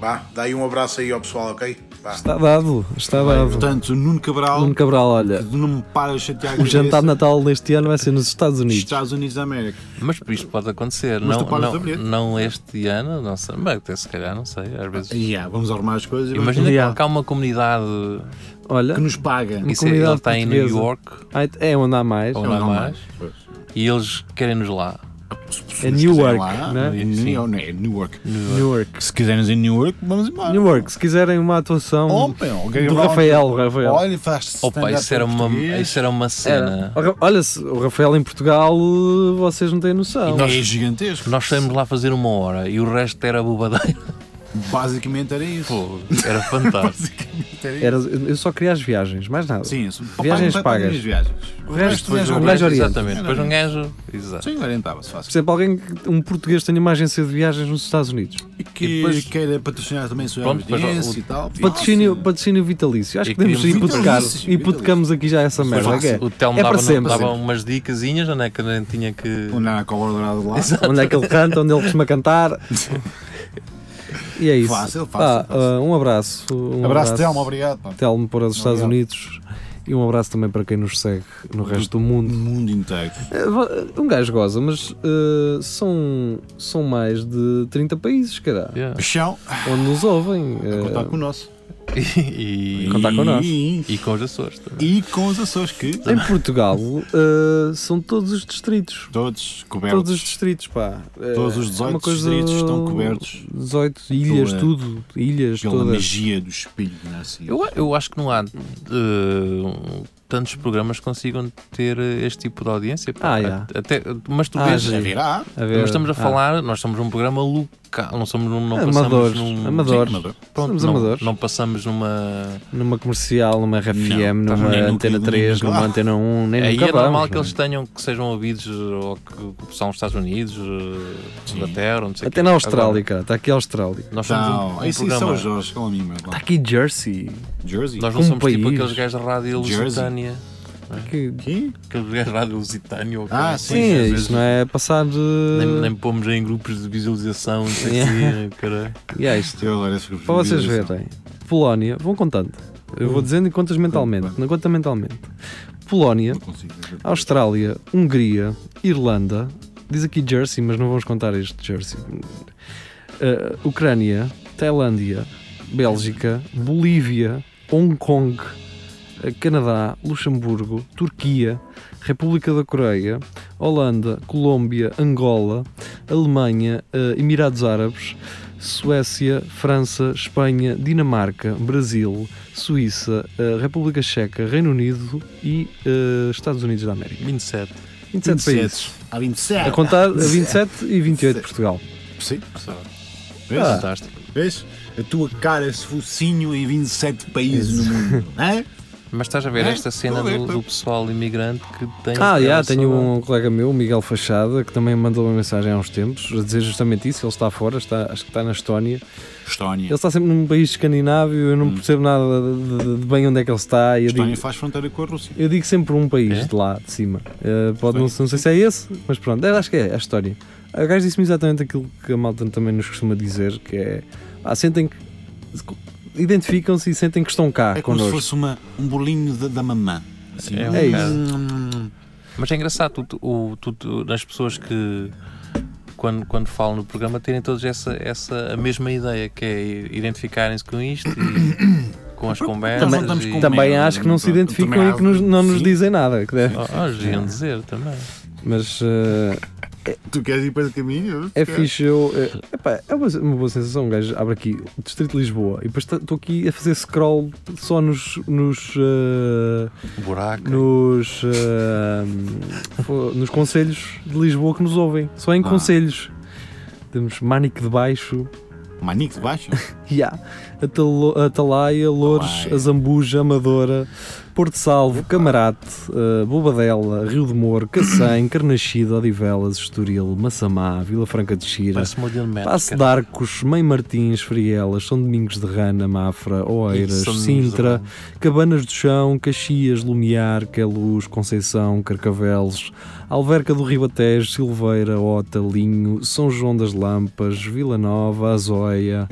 F: Vá, dá aí um abraço aí ao pessoal, ok? Vá.
A: Está dado, está dado.
B: Portanto, Nuno Cabral,
A: Nuno Cabral, olha,
B: não me para de chatear com
A: o jantar de
B: nos
A: Natal deste ano vai ser nos Estados Unidos.
B: Estados Unidos da América.
C: mas isto pode acontecer,
B: Mas
C: não,
B: tu podes
C: não,
B: abrir.
C: não este ano, não sei, mas até se calhar, não sei, às vezes.
B: Yeah, vamos arrumar as coisas e vamos
C: Imagina
A: Yeah.
C: que há uma comunidade,
A: Olha,
B: que nos paga.
C: isso é,
A: comunidade
C: ele está em New
A: portuguesa.
C: York
A: ah, é onde há mais.
C: ou
B: Não,
C: lá
B: não
C: mais,
B: Pois.
C: e eles querem-nos lá.
B: Se
A: É
B: nos
A: Newark,
B: quiserem lá,
A: né?
B: é
C: Sim.
B: New- não é Newark.
A: Newark.
B: Se quisermos em Newark, vamos embora. Oh,
A: Newark, se quiserem uma atuação
B: Open, alguém
A: do
B: vai-
A: Rafael, Rafael.
B: Olha, faz
C: Opa, isso era, uma, isso era uma
A: Era.
C: cena.
A: O Ra- Olha, se o Rafael em Portugal, eh, vocês não têm noção.
B: Nós é gigantesco.
C: Nós saímos lá fazer uma hora e o resto era bobadeiro.
B: Basicamente era isso.
C: Era fantástico.
B: Basicamente era isso.
A: Era- eu só queria as viagens, mais nada.
B: Sim, isso. Papai
A: Viagens
B: não vai pagar
A: pagas.
B: as viagens.
A: O resto,
B: Depois
A: o
B: um
A: gajo
B: gajo
A: orienta.
C: Exatamente. Depois um gajo. Exato.
B: Sim, orientava-se fácil.
A: Por exemplo, alguém, que- um português tem uma agência de viagens nos Estados Unidos.
B: E que
C: E depois-
B: queira patrocinar também o
C: Pronto, depois
B: Airbnb
C: o-
B: e tal.
A: Patrocínio, patrocínio vitalício. Acho
C: E
A: que podemos
C: queríamos
A: hipotecar.
B: vitalício,
A: Hipotecamos aqui já essa merda.
B: fácil.
A: que é.
C: O Telmo
A: É para
C: dava,
A: sempre.
C: dava umas dicasinhas, onde é que a gente tinha que.
B: Ou na cola dourada lá.
A: onde é que ele canta, onde ele costuma cantar. E é isso.
B: Fácil, fácil,
A: Pá,
B: fácil.
A: ah, um abraço. Um
B: Abraço, Telmo, obrigado. pá.
A: Telmo para os Estados
B: Obrigado.
A: Unidos. E um abraço também para quem nos segue no resto do
B: O
A: mundo.
B: mundo inteiro.
A: Eh, va- Um gajo goza, mas eh, são, são mais de 30 países, caralho,
C: Yeah.
B: Paixão,
A: onde nos ouvem. eh,
B: ah, contar com o nosso.
C: E, e,
A: Contar connosco.
B: E,
C: e com os Açores tá? também.
B: e com os Açores que
A: em Portugal eh, são todos os distritos.
B: todos cobertos.
A: Todos os distritos, pá. Eh,
B: Todos os
A: é uma
B: 18 distritos estão cobertos é
A: 18 ilhas,
B: pela-
A: tudo. Ilhas
B: Pela
A: todas.
B: magia do espelho de Narciso.
C: Eu, eu acho que não há eh, tantos programas que consigam ter este tipo de audiência. pá.
A: Ah, yeah.
C: Até, mas tu
A: Ah,
C: vês.
A: já.
B: Virá.
A: A ver,
C: Nós estamos a
A: ah,
C: falar, nós somos um programa local, não somos num, não
A: Amadores,
C: passamos num,
A: amadores.
B: Amador.
C: Pronto,
A: Somos
C: não,
A: amadores.
C: não passamos numa.
A: Numa comercial, numa RFM,
B: tá
A: numa
B: bem, nem
A: antena
B: nunca-
A: 3,
B: nunca-
A: numa
B: ah.
A: antena 1, nem
C: Aí
A: nunca
C: é
A: vamos,
C: normal que
A: não é?
C: eles tenham que sejam ouvidos ou que que são os Estados Unidos, eh,
B: Sim.
C: Inglaterra, não sei
A: Até
C: quê.
A: na Austrália,
C: Agora,
A: cara. Está aqui a Austrália.
C: nós somos um,
B: Então,
C: um
B: isso são
C: programa.
B: os Jorge, calma a mim, meu.
C: Tá
A: Está aqui Jersey.
B: Jersey.
C: Nós não
A: Como
C: somos tipo
A: Um país.
C: aqueles gajos da rádio
B: Jersey.
C: Lusitânia.
A: Que-
B: Aqui?
C: Aqueles gajos da rádio Lusitânia. ou assim.
B: Ah,
C: aqueles-
A: Sim,
B: Sim, às
A: isso
B: vezes-
A: não é passar de.
C: Nem, nem pomos em grupos de visualização, não sei
A: Eh, Yeah.
C: se, caralho.
A: E é isto.
B: Eu adoro esse grupo de
A: Para vocês
B: visualização.
A: verem, Polónia, vão contando. Eu
B: Hum.
A: vou dizendo e contas mentalmente. Não conta mentalmente. Polónia,
B: Não consigo ver.
A: Austrália, Hungria, Irlanda. Diz aqui Jersey, mas não vamos contar este Jersey. Uh, Ucrânia, Tailândia, Bélgica, Bolívia, Hong Kong, uh, Canadá, Luxemburgo, Turquia, República da Coreia, Holanda, Colômbia, Angola, Alemanha, eh, Emirados Árabes, Suécia, França, Espanha, Dinamarca, Brasil, Suíça, eh, República Checa, Reino Unido e eh, Estados Unidos da América.
C: 27.
A: 27, países. É
B: Há
A: A
B: 27.
A: contar a 27 e 28 Portugal.
B: Sim. Vês?
A: Ah.
C: Fantástico.
B: Vês? A tua cara, esse focinho em 27 países no mundo. não é?
C: Mas estás a ver
B: É,
C: esta cena
B: estou a ver,
C: do,
B: estou.
C: do pessoal imigrante que
A: Ah,
C: tem.
A: já,
C: aquela
A: tenho
C: saudade.
A: um colega meu, o Miguel Fachada, que também mandou uma mensagem há uns tempos a dizer justamente isso. Ele está fora, está, acho que está na Estónia. Ele
B: Estónia.
A: está sempre num país escandinávio, eu não percebo nada de, de- de bem onde é que ele está. E eu digo,
B: Estónia faz fronteira com a Rússia.
A: Eu digo sempre um país
C: É?
A: de lá, de cima. Eh, pode não, não sei se é esse, mas pronto, eu acho que é a história. O gajo disse-me exatamente aquilo que a malta também nos costuma dizer, que é ah, sentem que identificam-se e sentem que estão cá
B: É como se
A: Ah, connosco.
B: fosse uma, um bolinho da, da mamã. Assim,
C: É um
A: É
C: bocado.
B: Hum,
C: Mas é engraçado tu- tu- o, tu- tu- as pessoas que quando, quando falam no programa terem todos essa, essa a mesma ideia, que é identificarem-se com isto e com as
B: Nós
C: conversas.
B: não estamos
C: e...
B: com
A: Também
B: um merda, é?
A: acho que não se
B: também
A: identificam e
B: há-
A: que nos- não nos
B: sim.
A: dizem nada. Que deve.
C: Oh, oh, eles iam dizer também.
A: Mas eh,
D: Tu queres ir para o caminho?
A: é fixe. Eu, é, epá, é uma, uma boa sensação. Um gajo abre aqui o Distrito de Lisboa e depois estou aqui a fazer scroll só nos. nos eh,
C: Buraco.
A: nos, ah, fo- nos conselhos de Lisboa que nos ouvem. Só em
B: Ah.
A: conselhos. Temos Manique de Baixo,
B: Manico de baixo?
A: yeah, Atalo- Atalaia, Loures,
B: Atalaia.
A: Azambuja, Amadora, Porto Salvo, Camarate, ah, Bobadela, Rio de Moro, Cacém, Carnaxide, Odivelas, Estoril, Massamá, Vila Franca de Xira,
C: Parece modelo médico.
A: Passo de Arcos, Mãe Martins, Frielas, São Domingos de Rana, Mafra, Oeiras, Sintra, Cabanas do Chão, Caxias, Lumiar, Queluz, Conceição, Carcavelos, Alverca do Ribatejo, Silveira, Ota, Linho, São João das Lampas, Vila Nova, Azóia,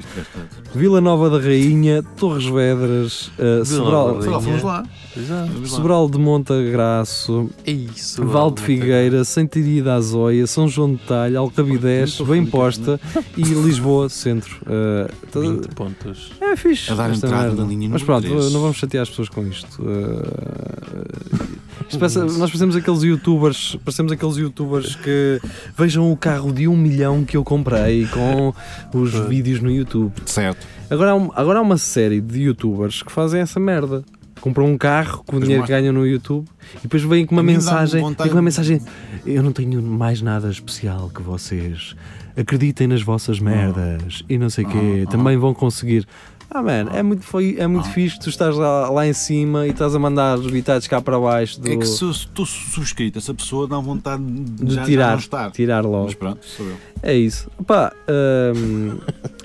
A: Vila Nova da Rainha, Torres Vedras, eh, Sobral,
C: Nova da
D: Sei lá, fomos lá.
C: Exato.
D: Vamos lá.
A: Sobral de Montagraço,
C: É Isso.
A: Val de Figueira, Santiria da Azóia, São João de Talho, Alcabidez, Bem Posta
D: né?
A: e Lisboa Centro. Eh, tá-
C: 20 pontos.
A: é fixe.
D: A dar
A: esta
D: entrada
A: merda.
D: na linha
A: Mas
D: número
A: pronto,
D: três.
A: não vamos chatear as pessoas com isto. Uh, isto parece- nós parecemos aqueles youtubers, parecemos aqueles youtubers que vejam o carro de um milhão que eu comprei com os vídeos no YouTube.
B: Certo.
A: Agora há, um- agora há uma série de youtubers que fazem essa merda. Compram um carro com o
B: Mas
A: dinheiro que
B: mostra-
A: ganham
B: um
A: no YouTube e depois vêm com uma
B: A mim dá-me
A: mensagem. vêm
B: vontade
A: com uma
B: de-
A: mensagem. Eu não tenho mais nada especial que vocês. Acreditem nas vossas merdas e não sei o
B: Ah,
A: quê. Também vão conseguir. Ah, mano, é muito, foi, é muito fixe. Tu estás lá, lá em cima e estás a mandar os bitados cá para baixo. Do,
B: É que se eu estou subscrito, essa pessoa dá vontade de,
A: de
B: já, já
A: tirar,
B: não estar.
A: tirar logo.
B: Mas pronto, sou eu.
A: É isso. Pá, hum,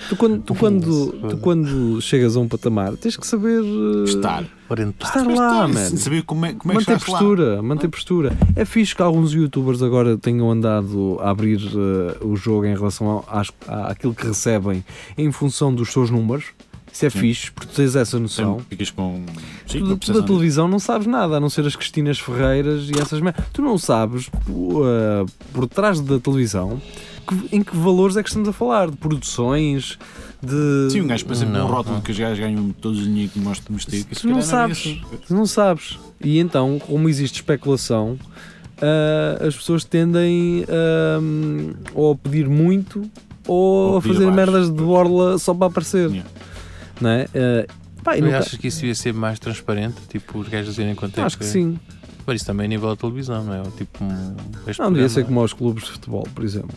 A: tu, quando, tu, quando, tu quando chegas a um patamar tens que saber eh,
B: Estar.
C: Orientar.
A: estar lá, mano.
B: Saber como é, como é que
A: Manter
B: estás lá.
A: postura, manter postura. É fixe que alguns youtubers agora tenham andado a abrir eh, o jogo em relação ao- às- à- àquilo que recebem em função dos seus números. Isso é fixe, porque tu tens essa noção.
B: Sempre Ficas com. Sim,
A: Tu,
B: não
A: tu
B: precisas
A: da televisão não sabes nada, a não ser as Cristinas Ferreiras e essas merdas. Tu não sabes pô, eh, por trás da televisão que- em que valores é que estamos a falar, de produções, de.
B: Sim, um gajo pensa
C: Não,
B: num rótulo
C: não.
B: que os gajos ganham todos o dinheiro que nós temos tido.
A: Tu não
B: é
A: sabes,
B: assim.
A: tu não sabes. E então, como existe especulação, ah, as pessoas tendem ahm, ou a pedir muito ou,
B: Ou
A: a
B: pedir
A: fazer
B: baixo.
A: merdas de borla só para aparecer.
B: Yeah.
A: Não é? Ah, pá, e
C: Tu
A: nunca-
C: achas que isso ia ser mais transparente? Tipo, os gajos dizerem quanto é
A: Acho que sim.
C: Mas isso também é nível da televisão, não é? Tipo, um. este
A: Não devia
C: programa-
A: ser como aos clubes de futebol, por exemplo.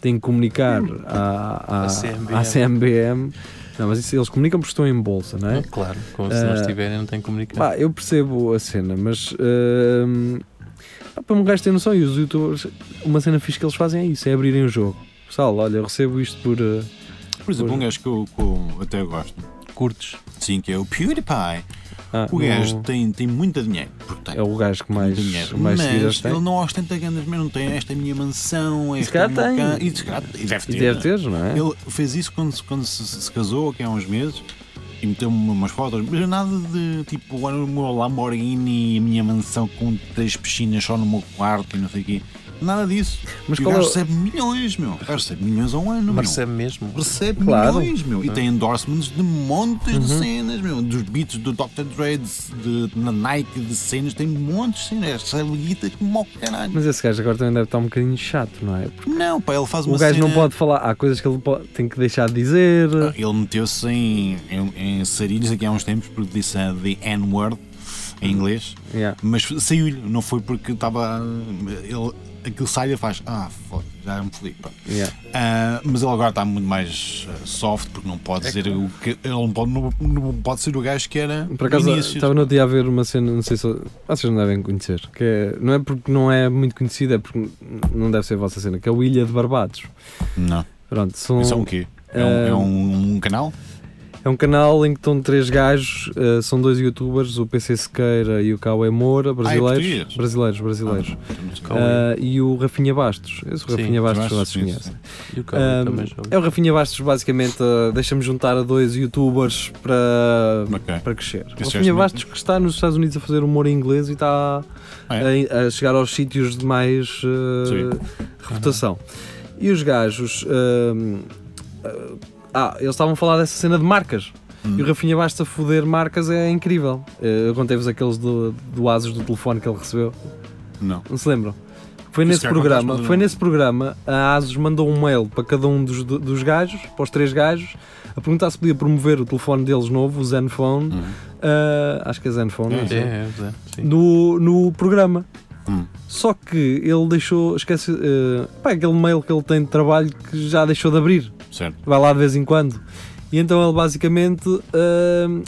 A: Tem que comunicar à, à,
C: Hum. À CMBM.
A: à CMBM. Não, mas isso, eles comunicam porque estão em bolsa, não é?
C: Ah, Claro, como se
A: Ah,
C: não estiverem, não tem que comunicar.
A: Pá, eu percebo a cena, mas hum, pá, para um gajo ter noção, e os youtubers, uma cena fixe que eles fazem é isso: é abrirem o jogo. Pessoal, olha, eu recebo isto por. uh,
B: Por exemplo, um gajo que eu, que eu até gosto,
C: curtes.
B: sim, que é o PewDiePie.
A: ah,
B: O
A: não-
B: gajo tem, tem muito dinheiro, porque tem.
A: é o gajo que mais,
B: muito dinheiro.
A: mais seguidores
B: mas
A: tem.
B: ele não ostenta grandes, mas não tem. Esta é a minha mansão, esta
A: calhar
B: é a minha
A: tem.
B: ca- E, se calhar- e deve ter.
A: E deve
B: né?
A: ter, não é?
B: Ele fez isso quando, se- quando se, se casou, aqui há uns meses, e meteu-me umas fotos, mas nada de tipo, agora o meu Lamborghini e a minha mansão com três piscinas só no meu quarto e não sei o quê. Nada disso.
A: Mas
B: e o
A: qual
B: gajo
A: é o-
B: recebe milhões, meu. O gajo recebe milhões ao ano, meu.
C: Marcelo é mesmo.
B: Recebe
A: Claro. Ah. Uhum.
B: milhões, meu. E tem endorsements de montes de cenas, meu. Dos beats do Dr. Dre, de, de- na Nike, de cenas, tem montes de cenas. é Recebe guita como ao caralho.
A: Mas esse gajo agora também deve estar um bocadinho chato, não é?
B: Não, pá, ele faz uma
A: O gajo
B: cena...
A: não pode falar, há coisas que ele pode- tem que deixar de dizer.
B: Ah, Ele meteu-se em, em, em sarilhos aqui há uns tempos porque disse a The N-word em inglês,
A: Yeah.
B: mas saiu-lhe, não foi porque estava. Ele, aquilo sai e ele faz, ah, foda, já me fodi. pá."
A: Yeah.
B: Ah, mas ele agora está muito mais ah, soft porque não
A: É
B: pode dizer o que. Ele não pode, não, não pode ser o gajo que era
A: Por acaso,
B: no início.
A: estava no outro dia a ver uma cena, não sei se vocês não devem conhecer, que é- não é porque não é muito conhecida, é porque n- não deve ser a vossa cena, que é o Ilha de Barbados.
B: Não.
A: Pronto, são,
B: Isso é um quê? É um, é um- um canal?
A: é um canal em que estão três gajos, eh, são dois youtubers, o PC Sequeira e o Cauê Moura, brasileiros.
B: português?
A: brasileiros, brasileiros.
B: Ah, então
C: Cauê.
B: é.
A: Eh, e o Rafinha Bastos. Esse o
C: Sim,
A: Rafinha Bastos
B: Bastos,
A: vocês
B: sim,
A: conhecem.
C: E o Cauê
A: Um,
C: também já ouvi.
A: é o Rafinha Bastos, basicamente, eh, deixa-me juntar a dois youtubers para,
B: Ok.
A: para crescer. O
B: Esse
A: Rafinha
B: gajo-
A: Bastos que está nos Estados Unidos a fazer humor em inglês e está
B: Ah, é?
A: a, a chegar aos sítios de mais eh, reputação. ah, E os gajos. eh, eh, ah, eles estavam a falar dessa cena de marcas.
B: Hum.
A: E o Rafinha basta foder marcas, é incrível. Eh, Eu contei-vos aqueles do, do Asus do telefone que ele recebeu.
B: Não.
A: Não se lembram? Foi nesse
B: se calhar contaste,
A: programa,
B: mas
A: foi
B: não.
A: nesse programa, a ASUS mandou um mail para cada um dos, dos gajos, para os três gajos, a perguntar se podia promover o telefone deles novo, o Zenfone,
B: Uhum.
A: ah, acho que é Zenfone, não
C: É,
A: sei,
C: é, é, sim.
A: no, no programa.
B: Hum.
A: Só que ele deixou, esquece, ah, pá, aquele mail que ele tem de trabalho que já deixou de abrir
B: Certo.
A: vai lá de vez em quando. E então ele basicamente, hum,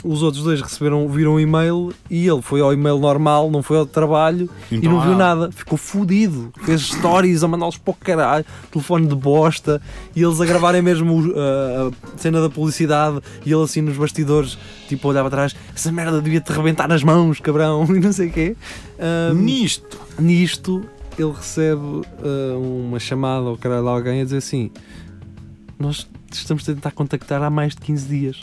A: os outros dois receberam, viram o e-mail e ele foi ao e-mail normal, não foi ao de trabalho e
B: Então
A: não
B: há
A: viu
B: nada.
A: nada. Ficou fodido. Fez stories a mandá-los para o caralho, telefone de bosta e eles a gravarem mesmo o- a- a cena da publicidade e ele assim nos bastidores, tipo, olhava atrás: essa merda devia te rebentar nas mãos, cabrão, e não sei o quê. Hum,
B: Nisto.
A: Nisto, ele recebe ah, uma chamada ou caralho, de alguém a dizer assim: Nós estamos a tentar contactar há mais de 15 dias.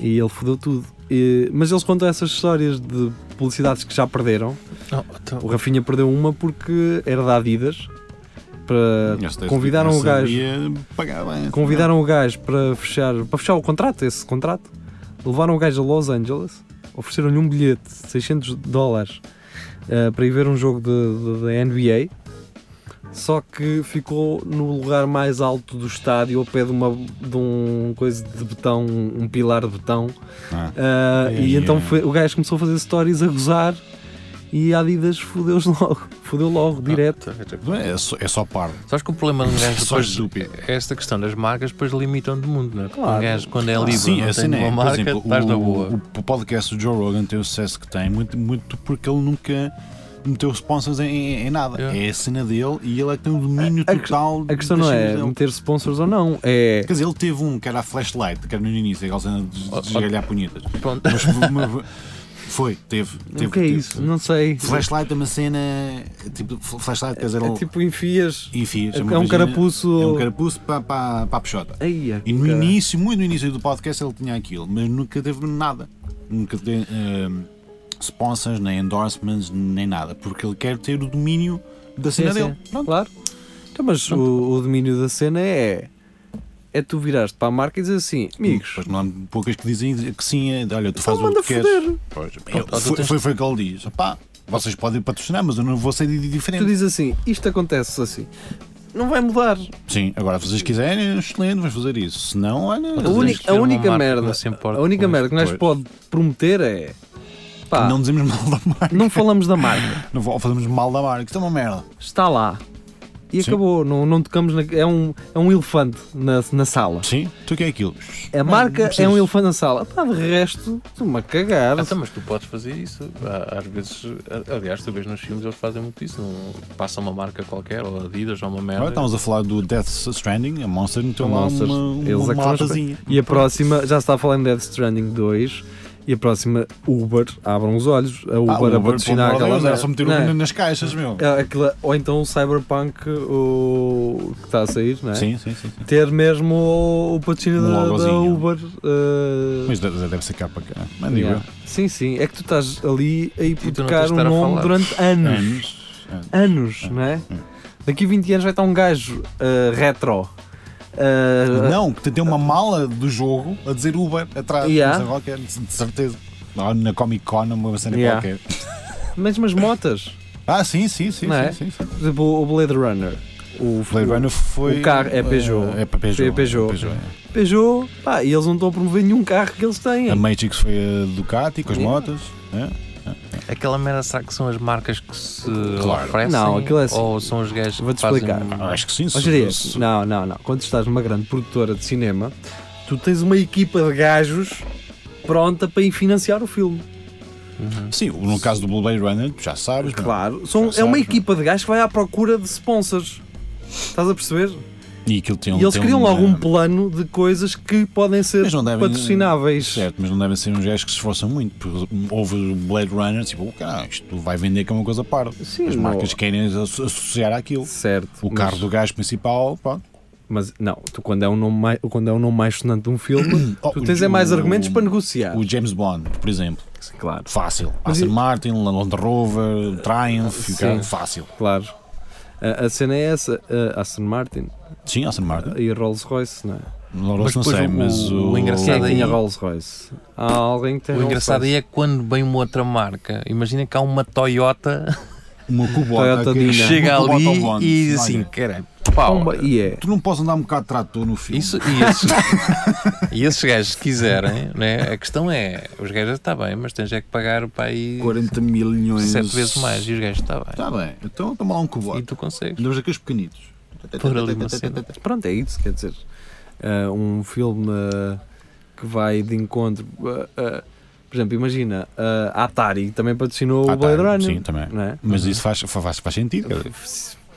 A: E ele fodeu tudo. E- mas eles contam essas histórias de publicidades que já perderam.
C: Oh, então,
A: O Rafinha perdeu uma porque era da Adidas. Para,
B: Este- este
A: eh, convidaram
B: não
A: o gajo
B: sabia pagar bem.
A: Convidaram o gajo para fechar, para fechar o contrato, esse contrato. Levaram o gajo a Los Angeles, ofereceram-lhe um bilhete de 600 dólares eh, para ir ver um jogo de- de- da NBA. Só que ficou no lugar mais alto do estádio, ao pé de, uma, de um coisa de betão, um pilar de betão.
B: Ah.
A: Eh, e
B: Ai,
A: então
B: ai.
A: foi- o gajo começou a fazer stories a gozar e a Adidas fodeu-os logo, fodeu logo, direto.
C: Ah, tá.
B: É só, é só par.
C: Sabes que o problema de um gajo
B: Só
C: depois-
B: estúpido.
C: é esta questão das marcas depois limitam do mundo, não é?
A: Claro.
C: Um gajo quando é livre,
B: Sim,
C: não
B: assim
C: tem
B: é.
C: nenhuma
B: Por
C: marca,
B: exemplo,
C: estás
B: o,
C: na boa.
B: o podcast do Joe Rogan tem o sucesso que tem, muito, muito porque ele nunca meteu sponsors em, em- em nada.
C: É.
B: É a cena dele e ele é que tem um domínio
A: A- a que-
B: total.
A: A questão
B: das
A: não é
B: cenas dele.
A: meter sponsors ou não, é
B: Quer dizer, ele teve um que era a flashlight, que era no início, aquela cena de de
C: Oh, oh.
B: desgalhar punhetas.
C: Pronto.
B: Mas foi uma- foi, teve. teve
A: O que é
B: teve.
A: isso? Não sei.
B: Flashlight é uma cena. Tipo, fl- flashlight, quer dizer,
A: É
B: ele
A: tipo enfias.
B: enfias.
A: é
B: uma
A: um
B: vagina-
A: carapuço-
B: É um carapuço para, para, para a peixota.
A: Eia,
B: E no
A: cara.
B: início, muito no início do podcast, ele tinha aquilo, mas nunca teve nada. Nunca teve eh, sponsors, nem endorsements, nem nada. Porque ele quer ter o domínio da
A: Sim,
B: cena
A: sim.
B: dele. Pronto.
A: Claro. Então, mas o, o domínio da cena é. É tu viraste para a marca e dizer assim, amigos,
B: Pois não há poucas que dizem que sim, é, olha, tu fazes
A: manda
B: o que queres.
A: foder.
B: Pois, eu- foi, foi, foi o que ele diz. Pá, vocês podem patrocinar, mas eu não vou ser di-
A: tu
B: diferente.
A: dizes assim, isto acontece assim. Não vai mudar.
B: Sim, agora se vocês quiserem, excelente, vamos fazer isso. Se não, olha.
A: A,
C: Mas
A: única-
C: tens que
A: a
C: ter uma
A: única
C: marca que
A: merda.
C: não se importe
A: A única
C: com
A: merda que nós
B: isto,
A: pode prometer é. Pá,
B: Não
A: não,
B: dizemos mal da marca.
A: falamos da marca.
B: Não vou- fazemos mal da marca. Isto é uma merda.
A: Está lá. E
B: Sim.
A: acabou. Não, não tocamos na. É um, é um elefante na, na sala.
B: Sim, tu que é aquilo?
A: A marca é um elefante na sala. Pá, de resto, estou-me a cagar.
C: Então, mas tu podes fazer isso. Há- Às vezes, a- aliás, tu vês nos filmes eles fazem muito isso. Não- Passa uma marca qualquer, ou Adidas, ou uma
A: É,
C: merda.
B: Agora estamos a falar do Death Stranding, a Monster, então lá
A: Monsters,
B: uma,
A: eles
B: uma,
A: é que
B: uma
A: são os-
B: latazinha.
A: E a próxima, já se está a falar em Death Stranding 2. E a próxima, Uber, abram os olhos. A
B: Ah,
A: Uber a
B: Uber, pelo
A: patrocinar
B: amor de
A: aquela.
B: Deus, Era só meter o
A: Não é?
B: menino nas caixas, meu.
A: É aquela- ou então o Cyberpunk o, que está a sair, não é?
B: Sim, sim, sim. sim.
A: Ter mesmo o, o patrocínio
B: Um
A: da, da
B: logozinho.
A: Uber. eh,
B: Mas deve deve ser cá para cá. Mas digo
A: yeah.
B: eu.
A: Sim, sim. É que tu estás ali a hipotecar
C: tens de
A: um
C: estar a
A: nome
C: falar.
A: durante anos.
B: Anos. anos. Hum.
A: Anos, não é? Daqui a 20 anos vai estar um gajo eh, retro. eh,
B: Não, que tem uma mala do jogo a dizer Uber atrás,
A: Yeah.
B: uma cena qualquer, de de certeza. Ou na Comic Con, uma cena
A: Yeah.
B: qualquer.
A: Mesmas motas.
B: Ah, sim, sim, sim.
A: Não
B: sim,
A: é?
B: sim, sim.
A: Por exemplo, o Blade Runner. O
B: O Blade Runner foi.
A: o carro é Peugeot.
B: eh, É para Peugeot.
A: É Peugeot.
B: é Peugeot, é.
A: Peugeot, pá, e eles não estão a promover nenhum carro que eles têm.
B: A Matrix foi a Ducati com as
A: Yeah.
B: motas. né?
C: Aquela merda, será que são as marcas que se
B: Claro.
C: oferecem?
A: Não, aquilo é assim.
C: Ou são os gajos
A: Vou-te
C: que fazem... um-
A: explicar.
B: Ah, acho que sim.
A: Ó,
B: se-
A: Jeria,
B: se-
A: não, não, não. Quando estás numa grande produtora de cinema, tu tens uma equipa de gajos pronta para ir financiar o filme.
B: Sim, no caso do Blade Runner, tu já sabes. não é?
A: Claro. São,
B: Já
A: é uma
B: sabes,
A: equipa de gajos que vai à procura de sponsors. Estás a perceber?
B: E aquilo tem um-
A: e eles
B: tem
A: criam
B: uma-
A: logo um plano de coisas que podem ser
B: Mas não devem-
A: patrocináveis.
B: Certo, mas não devem ser uns gajos que se esforçam muito, porque houve o Blade Runner, tipo, oh, caralho, isto vai vender que é uma coisa à parte.
A: Sim,
B: As
A: não-
B: marcas querem asso- associar àquilo.
A: Certo,
B: O
A: mas-
B: carro do gajo principal, pronto.
A: Mas não, tu quando é um nome mais, quando é um nome mais sonante de um filme,
B: Oh,
A: tu
B: o-
A: tens é mais
B: o-
A: argumentos para negociar.
B: O James Bond, por exemplo.
A: Claro.
B: Fácil.
A: Mas
B: Aston
A: e-
B: Martin, Land Rover, Triumph, e
A: Sim.
B: o caralho, fácil.
A: Claro. A, a cena é essa, a Aston Martin
B: Sim, Aston Martin.
A: e a Rolls Royce, não é?
B: Louros não
C: depois
B: sei,
C: o-
B: mas
C: o
B: o.
A: Quem é
C: engraçado
A: que
C: Sabe
A: tinha
C: aí-
A: Rolls Royce? Há alguém que tem
C: O engraçado aí
A: Rolls
C: é que quando vem uma outra marca, imagina que há uma Toyota
B: Uma
A: Toyota
B: cubota. que-
A: Dina.
C: que
A: Não.
C: chega
B: Uma
C: ali
B: cubota ao bonde.
C: e diz
B: Olha,
C: assim, caralho,
A: Royce.
C: pau.
A: Pumba, E é.
B: Tu não podes andar um bocado de trator no filme.
C: Isso, e, esses, e esses gajos, se quiserem, né, a questão é: os gajos está bem, mas tens é que pagar para aí
B: 40 milhões.
C: sete vezes mais. E os gajos está bem.
B: Está bem, então toma lá um
C: E
B: cubota.
C: tu consegues.
B: Damos aqueles pequenitos.
C: Pôr ali uma cena.
A: Pronto, é isso, quer dizer. ah, um filme ah, que vai de encontro. ah, ah, por exemplo, imagina, ah, a Atari também patrocinou o Blade Runner.
B: Sim, também.
A: Não é?
B: Mas isso faz, faz, faz sentido, quer dizer.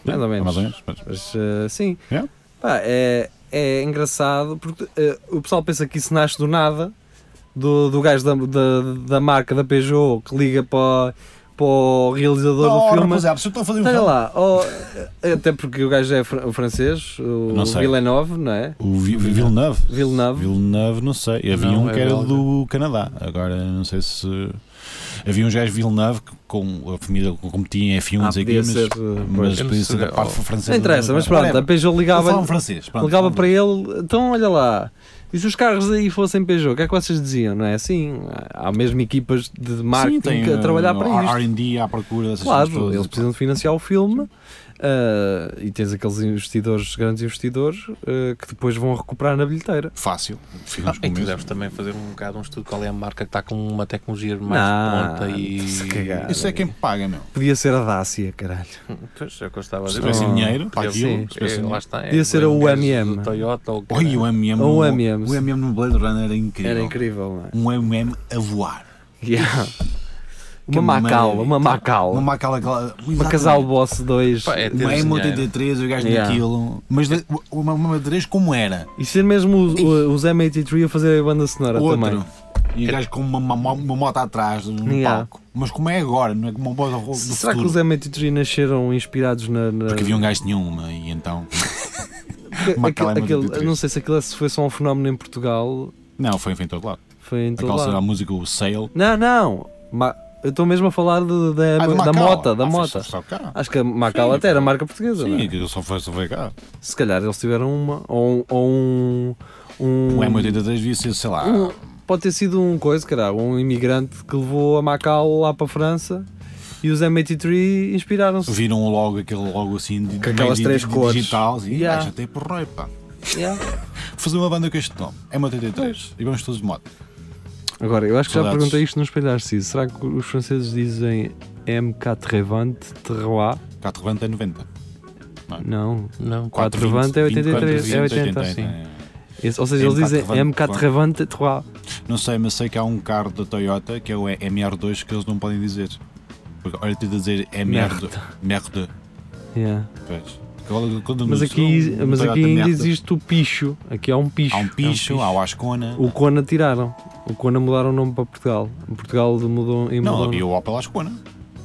A: Mais ou menos.
B: Mais ou menos. mas-
A: Mas eh, sim,
B: É?
A: Pá, é, é engraçado porque eh, o pessoal pensa que isso nasce do nada, do, do gajo da, da, da marca da Peugeot que liga para, para o realizador do
B: Ora,
A: filme.
B: pois é, se eu estou a fazer um
A: Olha
B: filme-
A: lá, ó, eh, até porque o gajo é fr- francês, o
B: Não sei.
A: Villeneuve, não é?
B: O Vi- Villeneuve.
A: Villeneuve.
B: Villeneuve, não sei. Havia
C: Não,
B: um
C: é
B: que era
C: belga.
B: do Canadá. Agora, não sei se. Havia uns gajos Villeneuve que com a família competia em F1,
A: Ah,
B: não sei o quê,
A: podia
B: mas.
A: ser,
B: Mas
A: pois.
B: podia ser da parte francesa.
A: Não interessa, mas pronto, a
B: Whatever.
A: Peugeot
B: Eu falo
A: ligava,
B: em francês. pronto.
A: ligava para ele, então olha lá. E se os carros aí fossem Peugeot, o que é que vocês diziam? Não é assim? Há mesmo equipas de
B: Sim,
A: marketing
B: tem,
A: a trabalhar
B: uh,
A: para isto.
B: RD à procura dessas coisas
A: Claro,
B: todas.
A: eles precisam de financiar o filme ah, e tens aqueles investidores, grandes investidores, ah, que depois vão recuperar na bilheteira.
B: Fácil.
C: Ah,
A: é
B: Ficamos com
C: e tu
B: isso.
C: deves também fazer um bocado um estudo qual é a marca que está com uma tecnologia mais
A: Não,
C: de ponta e.
A: se cagar.
B: Isso é quem paga, meu.
A: Podia ser a Dacia, caralho.
C: Pois, é o que eu estava a
B: Se
C: dizer.
B: tivesse
A: Oh,
B: dinheiro para
C: Podia
B: aquilo,
A: sim.
B: se
C: ser-
B: tivesse
C: é, lá
B: dinheiro.
C: está, é,
A: Podia ser a
C: um gajo
A: UMM.
C: do Toyota ou o é.
B: Oi, o
C: caralho.
B: MM.
A: É. Ou
B: no-
A: MMs.
B: O MM no Blade Runner era incrível.
A: Era incrível, não é?
B: Um MM a voar.
A: Yeah.
B: Que
A: Uma Macau,
B: maravilha.
A: uma Macau.
B: Uma
A: Uma,
B: Macau, aquela.
A: Casal Boss 2.
C: Pá, é ter
B: Uma
C: dinheiro.
B: M83, o gajo
A: Yeah.
B: daquilo. Mas da- uma uma M83 como era?
A: E ser mesmo os, os M83 a fazer a banda sonora
B: Outro.
A: também.
B: E o gajo com uma, uma, uma moto atrás no
A: Yeah.
B: palco. Mas como é agora, não é como uma voz do
A: Será que
B: futuro.
A: os M83 nasceram inspirados na. na-
B: Porque havia um gajo que tinha uma e então.
A: aque-
B: Macau
A: aque-
B: M83.
A: aquele- não sei se aquilo se foi só um fenómeno em Portugal.
B: Não, foi em todo lado.
A: Foi em todo
B: Aquela
A: lado.
B: será a música, o Sail.
A: Não, não. Ma- Eu estou mesmo a falar de- da,
B: Ah, de
A: da
B: Macau.
A: mota, da
B: Ah, foi
A: mota.
B: Só, só cá.
A: Acho que a Macau
B: Sim.
A: até era marca portuguesa, não é?
B: Sim, que só foi, só foi cá.
A: Se calhar eles tiveram uma, ou um... Ou um, um-
B: O M83 devia ser, sei lá.
A: um- pode ter sido um coisa, caralho, um imigrante que levou a Macau lá para a França e os M83 inspiraram-se.
B: Viram logo aquele logo assim de,
A: Com aquelas
B: de-
A: três
B: de- de
A: cores.
B: digital assim, e
A: Yeah.
B: acho até porrei, pá.
A: Yeah.
B: Vou Fazer uma banda com este nome. M83. E vamos todos de moto.
A: Agora, eu acho que já
B: Saudades.
A: perguntei isto no espelho Arciso. Será que os franceses dizem M420 Terroir?
B: 420 é 90.
A: Não.
C: Não,
A: 420 é 83, é 80.
B: 420,
A: sim.
B: 80, é.
A: Esse- ou seja, eles dizem
B: M420,
A: M420 Terroir.
B: é. Não sei, mas sei que há um carro da Toyota que é o MR2 que eles não podem dizer. Porque olha, tens de dizer MR2. Merda.
A: Yeah.
B: Pois. é Quando- quando
A: Mas
B: no-
A: aqui,
B: um
A: mas
B: Toyota
A: aqui ainda
B: merda,
A: existe o picho. Aqui há um picho.
B: Há um picho, há o Ascona.
A: O Kona tiraram. O Kona mudaram o nome para Portugal. Em Portugal mudou e
B: Não,
A: mudou.
B: havia o Opel Ascona.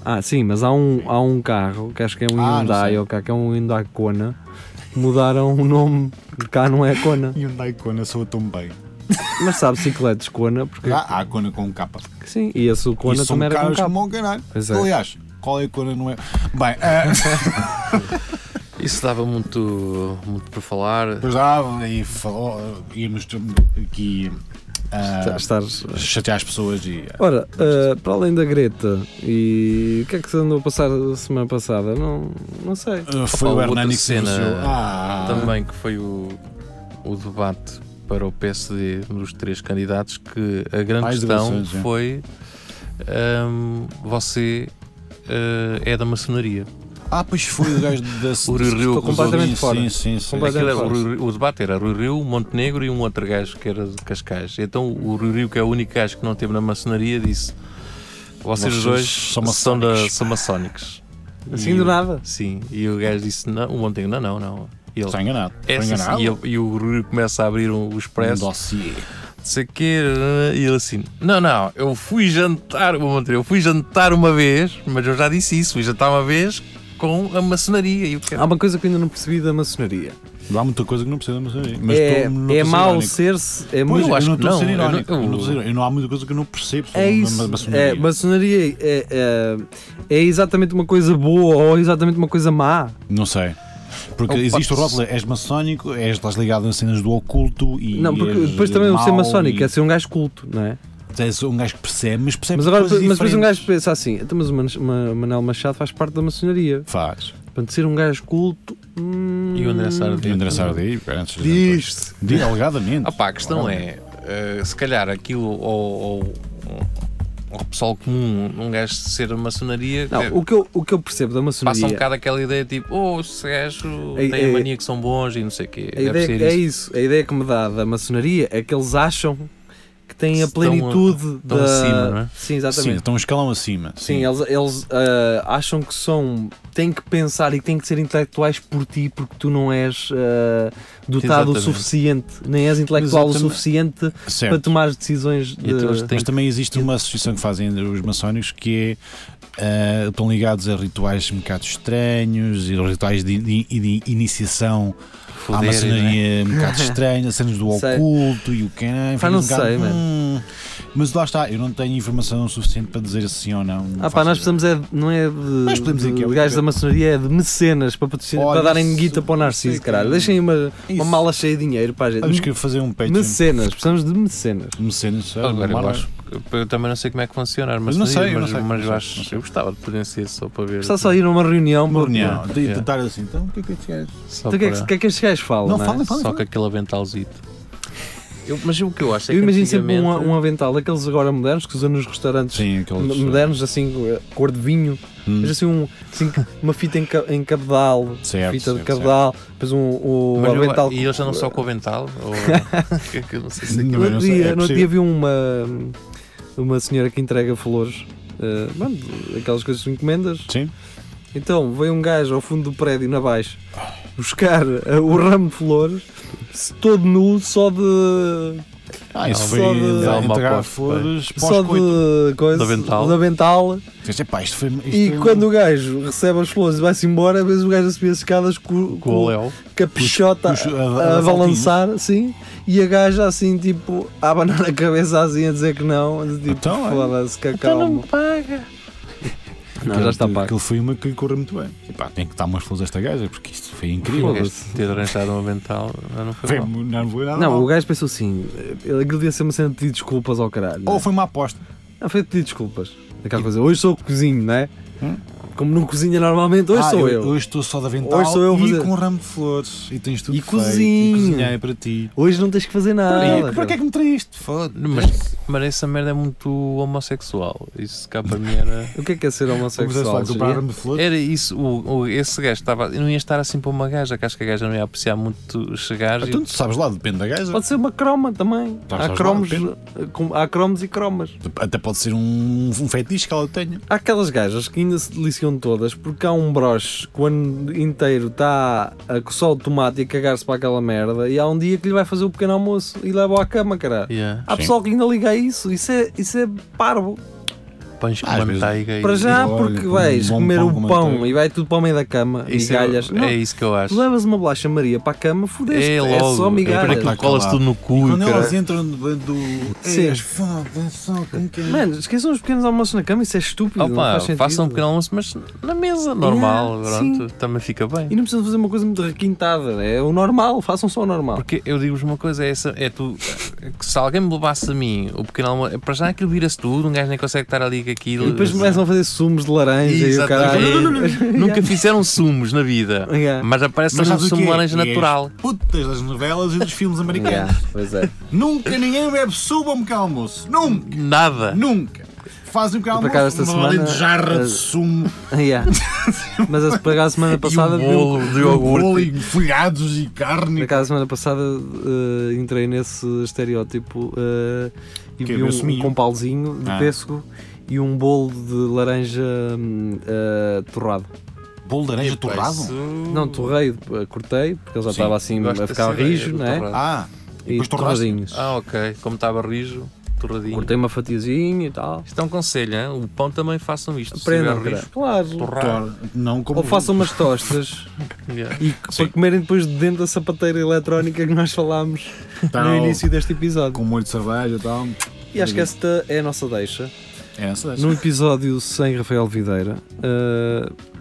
A: Ah, sim, mas há um, há um carro que acho que é um
B: Ah, não
A: Hyundai
B: sei.
A: ou que é um Hyundai Kona. Mudaram o nome. Cá não é Kona.
B: E o Daikona soa tão bem.
A: Mas sabe bicicletas Kona porque.
B: Há a Kona com capa.
A: Sim, e esse o Kona
B: Isso Ah. são
A: também era com
B: caras
A: é cabo.
B: como um caralho.
A: Pois é.
B: Aliás, qual é a cor não é? Bem, eh,
C: Isso dava muito, muito para falar.
B: depois dava e falou, ah, íamos aqui ah,
A: Estás.
B: chatear as pessoas e. ah,
A: Ora, ah, para além da Greta, e o que é que se andou a passar a semana passada? Não, não sei.
B: ah, foi o
C: Opa, outra
B: Hernani que se
C: cena
B: associou. Ah,
C: Também que foi o, o debate para o PSD dos três candidatos que a grande
B: Mais
C: questão
B: eleições, é.
C: foi hum, você eh, é da maçonaria.
B: Ah, pois foi o gajo da
C: Rui Rio
B: Estou
A: completamente fora.
B: Sim, sim, sim.
A: Completamente- Mas é
C: Aquilo era
A: claro.
C: Rui Rio- o debate era Rui Rio, Montenegro e um outro gajo que era de Cascais. Então o Rui Rio, que é o único gajo que não teve na maçonaria, disse: Vocês
B: Vocês
C: dois
B: são
C: são, da,
B: maçónicos."
C: são maçónicos.
A: Assim
C: E
A: do
C: o-
A: nada.
C: Sim, e o gajo disse: não, O Montenegro, não, não, não. E ele,
B: Está enganado.
C: É,
B: Está
C: sim,
B: enganado.
C: sim, e, ele- e o Rui começa a abrir o, o
B: Um
C: expresso,
B: dossiê.
C: não sei o quê, e ele assim: Não, não, eu fui jantar, vou manter, eu fui jantar uma vez, mas eu já disse isso, fui jantar uma vez com a maçonaria. E o que
A: Há uma coisa que eu ainda não percebi da maçonaria.
B: Há muita coisa que não precisa de saber. Mas
A: é
B: tô-
A: é
B: não tô a ser
A: mau
B: irónico.
A: ser-se. É
B: Pois,
A: muito.
C: eu acho
B: não
C: que
B: estou a
C: não,
B: ser
C: eu não-
B: irónico. Eu não, estou a ser
C: eu-
B: irónico. Eu não há muita coisa que eu não percebo. sobre
A: É
B: ma-
A: isso.
B: ma- maçonaria.
A: É, maçonaria é, é, é exatamente uma coisa boa ou exatamente uma coisa má.
B: Não sei. Porque
C: É o
B: existe o
C: pato-
B: rótulo, és maçónico, és, estás ligado a cenas do oculto e.
A: Não, porque
B: és
A: depois também o ser
B: mau
A: maçónico
B: e
A: é ser um gajo culto, não é?
B: És um gajo que percebe, mas percebe
A: Mas agora,
B: coisas
A: mas depois um
B: diferentes.
A: gajo pensa assim, então, mas o Man- Ma- Manel Machado faz parte da maçonaria.
B: Faz.
A: Portanto, ser um gajo culto. Hum,
C: E o André
B: E
C: Sardinha.
B: o André Sardinha, antes de-
A: Diz-se.
B: de- Alegadamente.
C: Opá, a questão é, eh, se calhar aquilo ao, ao- ao pessoal comum, um gajo de ser a maçonaria, eh,
A: Não, o que, eu, o que eu percebo da
C: passa um
A: maçonaria.
C: bocado aquela ideia tipo, oh, esse gajo
A: A-
C: tem
A: a-
C: a mania que são bons e não sei o quê.
A: a
C: Deve
A: ideia,
C: ser
A: é
C: isso.
A: isso. A ideia que me dá da maçonaria é que eles acham que têm a
C: Estão a-
A: plenitude
C: estão
A: da.
C: acima, não é?
A: Sim,
B: Sim,
A: exatamente.
B: estão um escalão acima.
A: Sim, eles, eles ah, acham que são. têm que pensar e têm que ser intelectuais por ti, porque tu não és ah, dotado o
C: Exatamente.
A: suficiente, nem és intelectual o
B: Exatamente.
A: suficiente para
B: certo.
A: tomar as decisões de.
C: E então eles têm
B: Mas também existe uma associação que fazem os maçónicos que é. ah, estão ligados a rituais um bocado estranhos e rituais de, de- de iniciação
C: que
B: à
C: foder, né?
B: maçonaria um bocado estranha, cenas do
A: é? Sei.
B: oculto e o que é.
A: Pá, não sei, mano.
B: Mas lá está, eu não tenho informação suficiente para dizer se sim ou não. não
A: Ah pá,
B: faço
A: nós
B: ideia.
A: precisamos é de, não é de,
B: Nós podemos dizer
A: de
B: que é o
A: gajos
B: quê?
A: da maçonaria, é de mecenas para, patrocinar,
B: Olha,
A: para darem
B: isso-
A: guita para o Narciso,
B: sei que-
A: caralho. Deixem uma, uma
B: Isso.
A: mala cheia de dinheiro para a
B: Temos
A: gente.
B: que fazer um Patreon.
A: Mecenas, precisamos de mecenas.
B: Mecenas, sabe?
C: Agora, eu,
B: Mara.
C: acho, que- eu também não sei como é que funciona, mas,
B: não sei, eu não
C: mas,
B: sei,
C: mas
B: não
C: eu
B: sei,
C: acho-
B: não sei.
C: eu gostava de presenciar só para ver.
A: Está só ir a uma reunião.
B: Uma
A: para-
B: reunião.
C: Yeah.
B: De
C: Yeah.
B: tentar assim, então o que é que é este gajo?
C: só
A: Então, O que, é que,
C: para-
A: o que é que estes gajos falam?
B: Não,
A: é?
B: falem, falem.
C: Só com aquele aventalzito. Eu- mas o que eu acho é
A: Eu
C: que
A: imagino sempre um,
C: antigamente-
A: um avental, daqueles agora modernos que usam nos restaurantes
B: Sim,
A: mo-
B: aqueles.
A: modernos, assim, cor de vinho.
B: Hum.
A: Mas assim, um, assim, uma fita em, ca- em cabedal,
B: Certo,
A: fita de
B: certo, certo.
A: cabedal, depois um, o
C: Mas
B: é
C: eu-
A: avental
C: e eles andam só com o avental? Ou... que é que eu não sei se-
B: Também
A: No outro,
B: não sei,
A: dia,
B: é
A: no outro
B: possível.
A: dia vi uma, uma senhora que entrega flores, eh, bom, aquelas coisas que encomendas.
B: Sim.
A: Então veio um gajo ao fundo do prédio, na baixa, buscar eh, o ramo de flores, se todo nu, só de.
B: Ah, isso
C: Não,
B: foi
A: só
B: de,
A: de-
C: Dá uma
B: entregar
C: aposta,
B: flores
A: só
B: pós-coito.
A: de coisa.
C: De avental.
A: de avental.
B: Dizeste, "Epá, isto foi- isto
A: E
B: foi um-
A: quando o gajo recebe as flores e vai-se embora, vês o gajo a subir as escadas com,
C: Com o Léo.
A: com a pichota
B: puxa- a-
A: a,
B: a- a
A: balançar, sim, e a gaja assim, tipo, a abanar a cabeça assim, a dizer que não, de tipo,
B: Então, é.
A: foda-se, que acalma. Então não paga. Não, já está pago.
B: Aquilo foi uma que lhe correu muito bem. Epá, tem que dar umas flores a esta gaja, porque isto foi incrível.
A: Foda-se.
C: Ter arranjado um avental não, não foi
B: Foi-
C: mal.
B: não foi nada.
A: Não,
B: mal.
A: o gajo pensou assim, ele aquilo devia ser uma cena de pedir desculpas ao caralho. não é?
B: Ou foi uma aposta.
A: Não, foi de pedir desculpas. Aquela coisa, hoje sou o que cozinho, não é?
B: Hum?
A: Como não cozinha normalmente, hoje
B: Ah,
A: sou eu.
B: Hoje estou só de avental
A: Hoje sou eu a
B: e
A: fazer-
B: com um ramo de flores. E tens tudo
A: E
B: feito,
A: cozinho. Ah,
B: E cozinhei para ti.
A: Hoje não tens que fazer nada.
B: Para que é que me traíste? Foda-se.
C: Mas, mas essa merda é muito homossexual. Isso cá para mim era.
A: O que é que é ser
B: Começaste lá
A: homossexual?
B: a comprar
A: Xavier?
B: ramo de flores.
C: Era isso, o, o- esse gajo estava. Não ia estar assim para uma gaja, que acho que a gaja não ia apreciar muito chegar. e-
B: Então tu sabes lá, depende da gaja.
A: Pode ser uma croma também.
B: Tá,
A: há,
B: estás
A: cromos, eh,
B: lá,
A: com- há cromos e cromas.
B: Até pode ser um, um fetiche que ela tenha.
A: Há aquelas gajas que ainda se deliciam todas porque há um broche que o ano inteiro está a coçar o tomate e a cagar-se para aquela merda e há um dia que lhe vai fazer o pequeno almoço e leva-o à cama, caralho.
C: Yeah,
A: Há
B: Sim.
A: pessoal que ainda liga a isso, isso é, isso é parvo.
C: pães com
B: Às vezes-
C: manteiga. e-
A: para já,
B: olha,
A: porque
B: com um
A: vais
B: bom
A: comer
B: pão
A: um
B: com
A: pão
B: manteiga.
A: e vai tudo para o meio da cama e
C: Isso é-
A: migalhas.
C: É,
A: Não,
C: isso que eu
A: tu
C: acho.
A: levas uma bolacha Maria para a cama, fudeste,
C: É
A: é,
C: logo.
A: só
C: Depois
A: migalhas.
C: aquilo colas tudo no cu.
B: Quando é
C: e caralho.
B: elas entram do. do
A: Sim.
B: Ei, foda só, como que é?
A: Mano, esqueçam os pequenos almoços na cama, isso é estúpido. não
C: Opa,
A: faz sentido.
C: façam um pequeno almoço, mas na mesa, normal,
A: Yeah,
C: pronto, também fica bem.
A: E não precisam fazer uma coisa muito requintada, é o normal, façam só o normal.
C: Porque eu digo-vos uma coisa, é, essa, é tu, é que se alguém me levasse a mim o pequeno almoço, para já aquilo vira-se tudo, um gajo nem consegue estar ali com aquilo.
A: E depois começam a fazer sumos de laranja e o
C: Exatamente.
A: caralho.
C: Nunca fizeram sumos na vida,
A: Yeah.
C: mas aparece
B: Mas
C: um
B: sabes o
C: sumo
B: que
C: de
B: é?
C: laranja
B: E é
C: natural.
B: as Putas das novelas e dos filmes americanos.
A: Yeah, pois é.
B: Nunca ninguém bebe suba um bocado almoço. Nunca,
C: Nada.
B: nunca. Fazem um bocado
A: Por acaso,
B: almoço,
A: esta
B: uma valente
A: semana,
B: jarra
A: eh,
B: de sumo,
A: Yeah. Mas a, por acaso, a semana passada.
C: e
A: vi
C: um
A: um-
C: bolo de
B: bolo
C: iogurte.
B: e folhados e
A: por
B: carne.
A: acaso, a semana passada eh, entrei nesse estereótipo eh, e
B: Que é
A: vi
B: o
A: um,
B: suminho.
A: com pauzinho de
B: Ah.
A: pêssego e um bolo de laranja hum, eh, torrado.
B: Bolo de laranja torrado?
A: Não, torrei, eh, cortei, porque ele já
B: Sim,
A: estava assim
C: gosto
A: a ficar
C: dessa ideia
A: rijo,
C: do
A: não é?
C: torrado.
B: Ah,
A: E
B: depois torraste?
A: torradinhos.
C: Ah, ok. Como estava rijo, torradinho.
A: Cortei uma fatiazinha e tal.
C: Isto é um conselho, hein? o pão também façam isto. se
A: Aprendam,
C: tiver rijo,
A: caralho. Claro.
C: torrar.
B: torrado. Não como.
A: Ou façam umas tostas
C: Yeah.
A: e que- para comerem depois de dentro da sapateira eletrónica que nós falámos
B: Tal,
A: no início deste episódio.
B: Com molho de cerveja e tal.
A: E acho que esta é a nossa deixa.
B: É essa.
A: Num episódio sem eh, Rafael Videira. uh,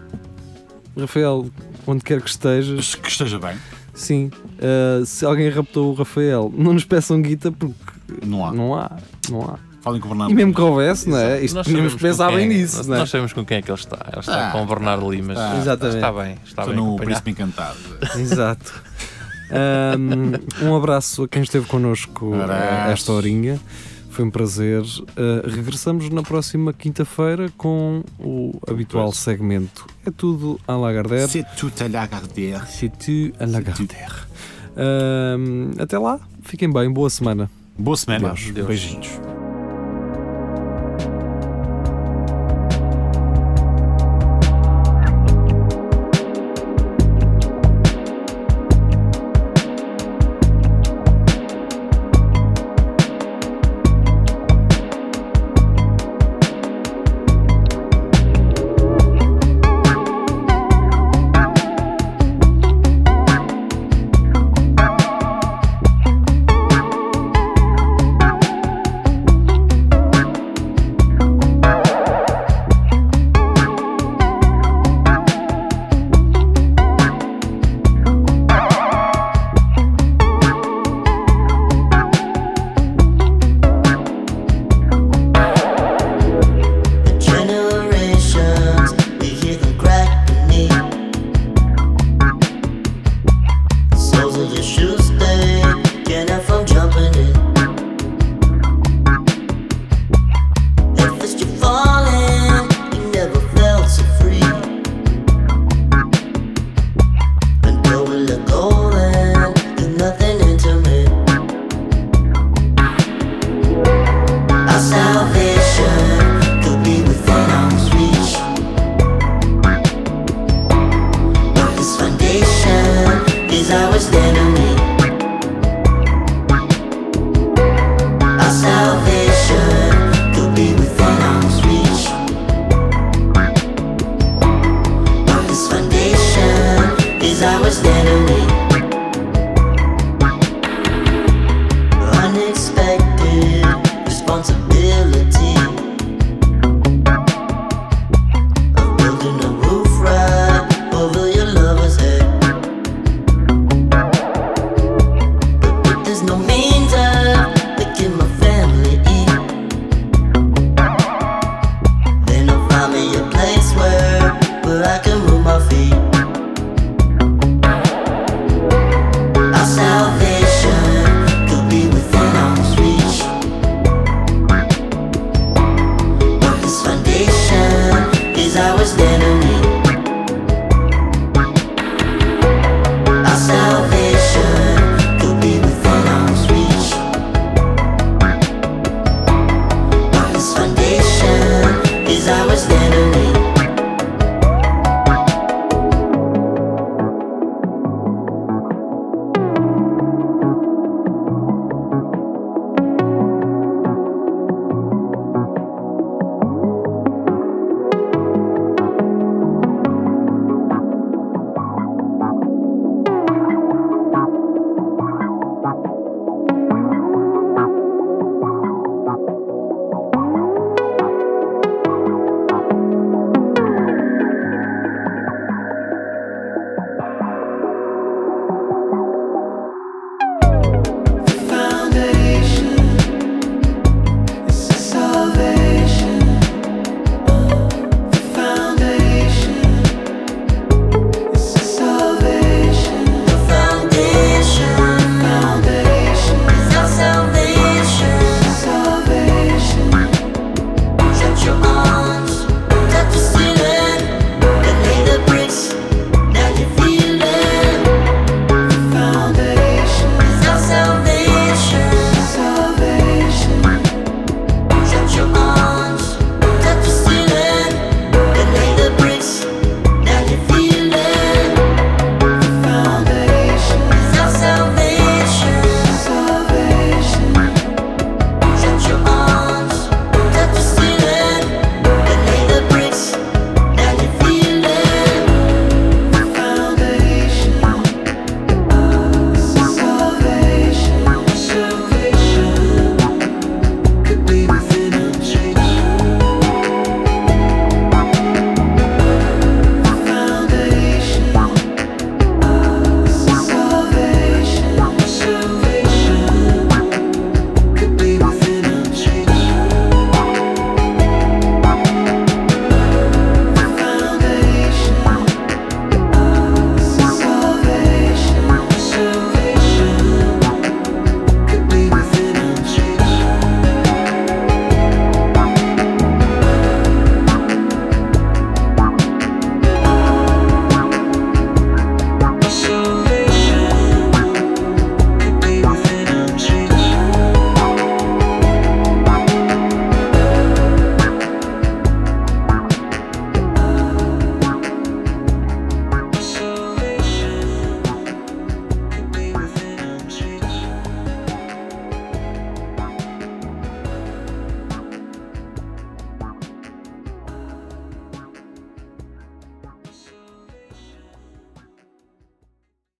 A: Rafael, onde quer que estejas.
B: Que esteja bem.
A: Sim, ah, se alguém raptou o Rafael, não nos peçam guita porque
B: Não há.
A: não há, não há.
B: Falem com o Bernardo.
A: E mesmo que houvesse, não é? Isto
C: Nós
A: tínhamos
C: sabemos
A: que
C: com
A: pensar
C: quem
A: bem
C: é-
A: nisso,
C: nós,
A: não é?
C: nós sabemos com quem é que ele está. Ele está
B: Ah,
C: com o Bernardo Lima.
B: está.
A: Exatamente.
C: Está bem, está
B: Estou
C: bem.
B: no
C: acompanhado.
B: Príncipe Encantado.
A: Exato. Um, um abraço a quem esteve connosco
B: Abraço.
A: eh, esta horinha. Foi um prazer. Uh, regressamos na próxima quinta-feira com o habitual segmento. É tudo à Lagardère.
B: C'est tout à la gardère.
A: C'est tu à Lagardère. Um, até lá. Fiquem bem. Boa semana.
B: Boa semana.
C: Deus.
B: Beijinhos.